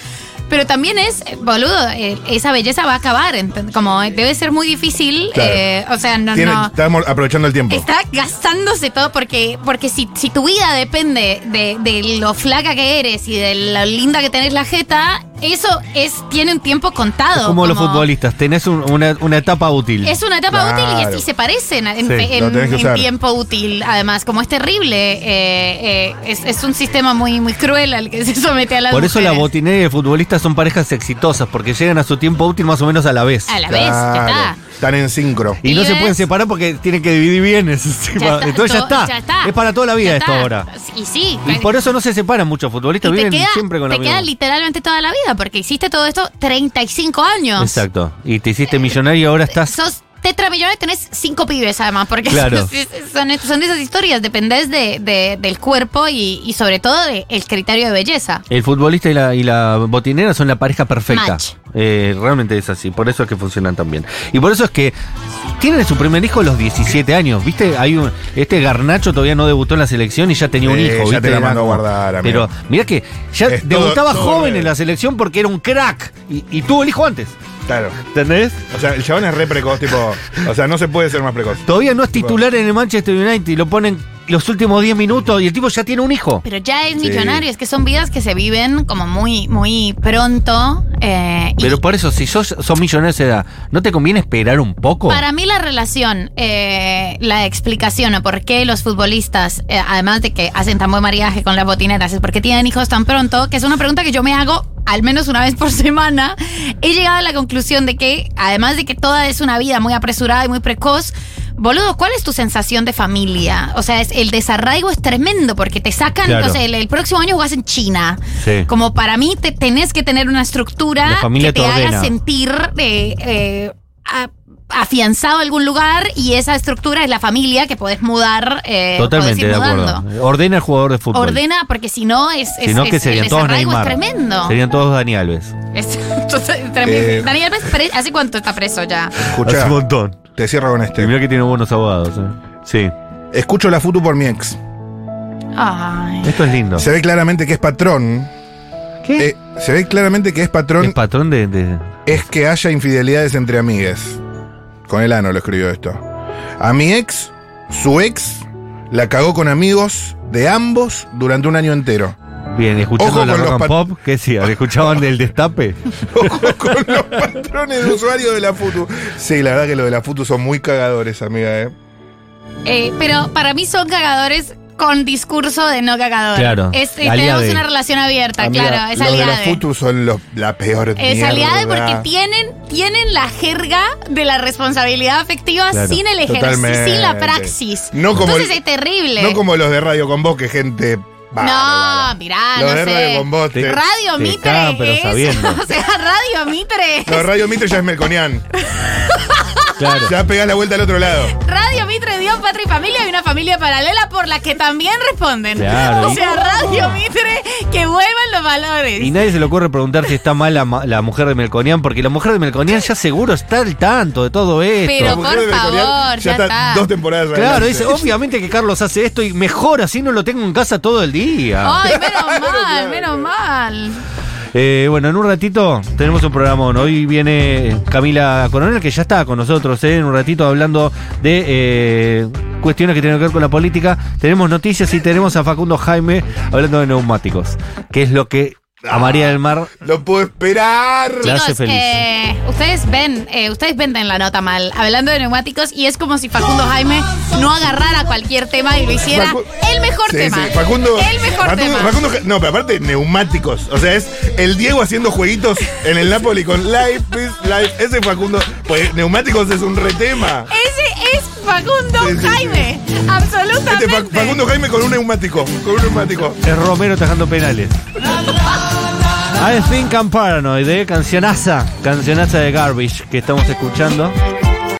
[SPEAKER 1] Pero también es, eh, boludo, eh, esa belleza va a acabar. ent- Como eh, debe ser muy difícil.
[SPEAKER 3] Claro.
[SPEAKER 1] eh, o sea, no,
[SPEAKER 3] Tiene-
[SPEAKER 1] no.
[SPEAKER 3] Estamos aprovechando el tiempo.
[SPEAKER 1] Está gastándose todo porque, porque si, si tu vida depende de, de lo flaca que eres y de lo linda que tenés la jeta, eso es, tiene un tiempo contado.
[SPEAKER 5] Es como, los futbolistas, tenés un- una, una etapa útil.
[SPEAKER 1] Es una etapa
[SPEAKER 3] Claro.
[SPEAKER 1] útil y, y se parecen en,
[SPEAKER 5] Sí,
[SPEAKER 1] en-
[SPEAKER 3] lo tenés
[SPEAKER 1] en
[SPEAKER 3] que usar.
[SPEAKER 1] tiempo útil, además, como es terrible, eh, eh, es, es un sistema muy, muy cruel al que se somete a las
[SPEAKER 5] Por eso la
[SPEAKER 1] mujeres.
[SPEAKER 5] botinera y el futbolista son parejas exitosas, porque llegan a su tiempo útil más o menos a la vez.
[SPEAKER 1] A la vez, ya está.
[SPEAKER 3] Están en sincro.
[SPEAKER 5] Y no se
[SPEAKER 1] Pibes.
[SPEAKER 5] pueden separar porque tienen que dividir bienes. encima.
[SPEAKER 1] Ya está,
[SPEAKER 5] Entonces ya
[SPEAKER 1] todo-
[SPEAKER 5] está.
[SPEAKER 1] ya está.
[SPEAKER 5] Es para toda la vida
[SPEAKER 1] Ya
[SPEAKER 5] esto
[SPEAKER 1] está.
[SPEAKER 5] ahora.
[SPEAKER 1] Y sí.
[SPEAKER 5] Y por eso no se separan muchos futbolistas,
[SPEAKER 1] Y te
[SPEAKER 5] viven
[SPEAKER 1] queda,
[SPEAKER 5] siempre con la
[SPEAKER 1] te queda
[SPEAKER 5] misma.
[SPEAKER 1] literalmente toda la vida, porque hiciste todo esto 35 años.
[SPEAKER 5] Exacto. Y te hiciste millonario y ahora estás.
[SPEAKER 1] Sos tetramillonario y tenés cinco pibes, además, porque
[SPEAKER 5] Claro.
[SPEAKER 1] son, son- son de esas historias, dependés de, de- del cuerpo y, y sobre todo del criterio de belleza.
[SPEAKER 5] El futbolista y la, y la botinera son la pareja perfecta.
[SPEAKER 1] Match.
[SPEAKER 5] Eh, realmente es así. Por eso es que funcionan tan bien. Y por eso es que tienen su primer hijo a los 17 años. ¿Viste? Hay un, este Garnacho todavía no debutó en la selección y ya tenía un
[SPEAKER 3] Eh,
[SPEAKER 5] hijo.
[SPEAKER 3] ya
[SPEAKER 5] ¿viste?
[SPEAKER 3] te la
[SPEAKER 5] Era
[SPEAKER 3] mandó a
[SPEAKER 5] como-
[SPEAKER 3] guardar, amigo.
[SPEAKER 5] Pero mirá que ya
[SPEAKER 3] Es todo-
[SPEAKER 5] debutaba
[SPEAKER 3] todo
[SPEAKER 5] joven
[SPEAKER 3] breve.
[SPEAKER 5] en la selección porque era un crack. Y, y tuvo el hijo antes.
[SPEAKER 3] Claro.
[SPEAKER 5] ¿Entendés?
[SPEAKER 3] O sea, el chabón es re precoz, tipo. O sea, no se puede ser más precoz.
[SPEAKER 5] Todavía no es titular en el Manchester United y lo ponen los últimos 10 minutos y el tipo ya tiene un hijo.
[SPEAKER 1] Pero ya es millonario, es que son vidas que se viven como muy, muy pronto. eh, y
[SPEAKER 5] Pero por eso, si sos, sos millonario de esa edad, ¿no te conviene esperar un poco?
[SPEAKER 1] para mí la relación, eh, la explicación a por qué los futbolistas, eh, además de que hacen tan buen mariaje con las botineras, es porque tienen hijos tan pronto, que es una pregunta que yo me hago al menos una vez por semana. He llegado a la conclusión de que, además de que toda es una vida muy apresurada y muy precoz, Boludo, ¿cuál es tu sensación de familia? O sea, es- el desarraigo es tremendo porque te sacan,
[SPEAKER 5] Claro.
[SPEAKER 1] o sea, el, el próximo año jugás en China.
[SPEAKER 5] Sí.
[SPEAKER 1] Como para mí te, tenés que tener una estructura
[SPEAKER 5] La familia
[SPEAKER 1] que te
[SPEAKER 5] te
[SPEAKER 1] haga
[SPEAKER 5] ordena.
[SPEAKER 1] sentir eh, eh, a- afianzado a algún lugar y esa estructura es la familia que podés mudar. eh,
[SPEAKER 5] Totalmente de
[SPEAKER 1] podés ir
[SPEAKER 5] acuerdo.
[SPEAKER 1] mudando.
[SPEAKER 5] Ordena el jugador de fútbol.
[SPEAKER 1] Ordena, porque si no es, es-
[SPEAKER 5] si no,
[SPEAKER 1] es-
[SPEAKER 5] que
[SPEAKER 1] el
[SPEAKER 5] serían todos
[SPEAKER 1] desarraigo es
[SPEAKER 5] Neymar.
[SPEAKER 1] tremendo.
[SPEAKER 5] Serían todos Dani Alves.
[SPEAKER 1] Es- entonces, tremendo.
[SPEAKER 3] Eh.
[SPEAKER 1] Daniel Alves, pre- ¿hace cuánto está preso ya?
[SPEAKER 5] Hace
[SPEAKER 3] Escucha,
[SPEAKER 5] un montón.
[SPEAKER 3] te cierro con
[SPEAKER 5] Y
[SPEAKER 3] este.
[SPEAKER 5] mirá que tiene buenos abogados. ¿eh? Sí.
[SPEAKER 3] Escucho la futu por mi ex.
[SPEAKER 1] Ay.
[SPEAKER 5] Esto es lindo.
[SPEAKER 3] Se ve claramente que es patrón.
[SPEAKER 5] ¿Qué?
[SPEAKER 3] Eh, se ve claramente que es
[SPEAKER 5] es
[SPEAKER 3] patrón.
[SPEAKER 5] patrón de. de-
[SPEAKER 3] es que haya infidelidades entre amigues. Con el ano lo escribió esto. A mi ex, su ex, la cagó con amigos de ambos durante un año entero.
[SPEAKER 5] Bien, escuchando
[SPEAKER 3] Ojo
[SPEAKER 5] la
[SPEAKER 3] con
[SPEAKER 5] rock
[SPEAKER 3] los
[SPEAKER 5] and
[SPEAKER 3] pat-
[SPEAKER 5] pop, ¿qué decía? ¿Escuchaban del destape?
[SPEAKER 3] Ojo con los patrones de usuario de la FUTU. Sí, la verdad que los de la FUTU son muy cagadores, amiga, ¿eh?
[SPEAKER 1] Eh, pero para mí son cagadores con discurso de no cagador.
[SPEAKER 5] Claro.
[SPEAKER 1] Es- eh, tenemos
[SPEAKER 5] Aliade.
[SPEAKER 1] una relación abierta,
[SPEAKER 3] Amiga,
[SPEAKER 1] claro. Es
[SPEAKER 3] los Ah, de la
[SPEAKER 1] aliade.
[SPEAKER 3] FUTU son los, la peor
[SPEAKER 1] Eh, Es
[SPEAKER 3] mierda.
[SPEAKER 1] aliade porque tienen, tienen la jerga de la responsabilidad afectiva
[SPEAKER 5] Claro,
[SPEAKER 1] sin el ejercicio,
[SPEAKER 3] totalmente.
[SPEAKER 1] sin la praxis.
[SPEAKER 3] No como
[SPEAKER 1] Entonces
[SPEAKER 3] el-
[SPEAKER 1] es terrible.
[SPEAKER 3] No como los de Radio con Vos, que gente... bárbara.
[SPEAKER 1] no, mirá,
[SPEAKER 3] Los
[SPEAKER 1] no
[SPEAKER 3] de Radio
[SPEAKER 1] sé.
[SPEAKER 3] con Vos... te-
[SPEAKER 1] Radio
[SPEAKER 5] Te
[SPEAKER 1] Mitre
[SPEAKER 5] cagan, pero
[SPEAKER 1] es,
[SPEAKER 5] sabiendo.
[SPEAKER 1] o sea, Radio Mitre es
[SPEAKER 3] No, Radio Mitre ya es Melconian.
[SPEAKER 5] Claro.
[SPEAKER 3] Ya pegás la vuelta al otro lado.
[SPEAKER 1] Radio Mitre dio Patria y Familia y una familia paralela por la que también responden.
[SPEAKER 5] Claro.
[SPEAKER 1] O sea, Radio Mitre, que vuelvan los valores.
[SPEAKER 5] Y nadie se le ocurre preguntar si está mal la, ma- la mujer de Melconian, porque la mujer de Melconian ya seguro está al tanto de todo esto.
[SPEAKER 1] Pero por
[SPEAKER 3] mujer de Melconian
[SPEAKER 1] favor,
[SPEAKER 3] ya
[SPEAKER 1] ya
[SPEAKER 3] está
[SPEAKER 1] está.
[SPEAKER 3] dos temporadas
[SPEAKER 5] Claro,
[SPEAKER 3] adelante.
[SPEAKER 5] dice, obviamente que Carlos hace esto y mejor, así no lo tengo en casa todo el día.
[SPEAKER 1] Ay, menos mal, menos mal.
[SPEAKER 5] Eh, bueno, en un ratito tenemos un programa. Hoy viene Camila Coronel, que ya está con nosotros, eh, en un ratito hablando de eh, cuestiones que tienen que ver con la política. Tenemos noticias y tenemos a Facundo Jaime hablando de neumáticos, que es lo que a María del Mar
[SPEAKER 3] Lo puedo esperar.
[SPEAKER 5] La hace
[SPEAKER 1] Chicos,
[SPEAKER 5] feliz.
[SPEAKER 1] eh, ustedes ven, eh, ustedes venden la nota mal, hablando de neumáticos, y es como si Facundo Jaime no agarrara cualquier tema y lo hiciera
[SPEAKER 3] Facu-
[SPEAKER 1] el mejor
[SPEAKER 3] Sí,
[SPEAKER 1] tema.
[SPEAKER 3] sí, Facundo.
[SPEAKER 1] El mejor
[SPEAKER 3] Facundo-
[SPEAKER 1] tema.
[SPEAKER 3] Facundo- no, pero aparte, neumáticos. O sea, es el Diego haciendo jueguitos en el Napoli con Life is Life. Ese Facundo. Pues neumáticos es un retema.
[SPEAKER 1] Ese es Facundo
[SPEAKER 3] Sí, sí, sí.
[SPEAKER 1] Jaime. Absolutamente.
[SPEAKER 3] Este Fa- Facundo Jaime con un neumático. Con un neumático.
[SPEAKER 5] es Romero tajando penales. I Think I'm Paranoid, eh, cancionaza, cancionaza de Garbage que estamos escuchando.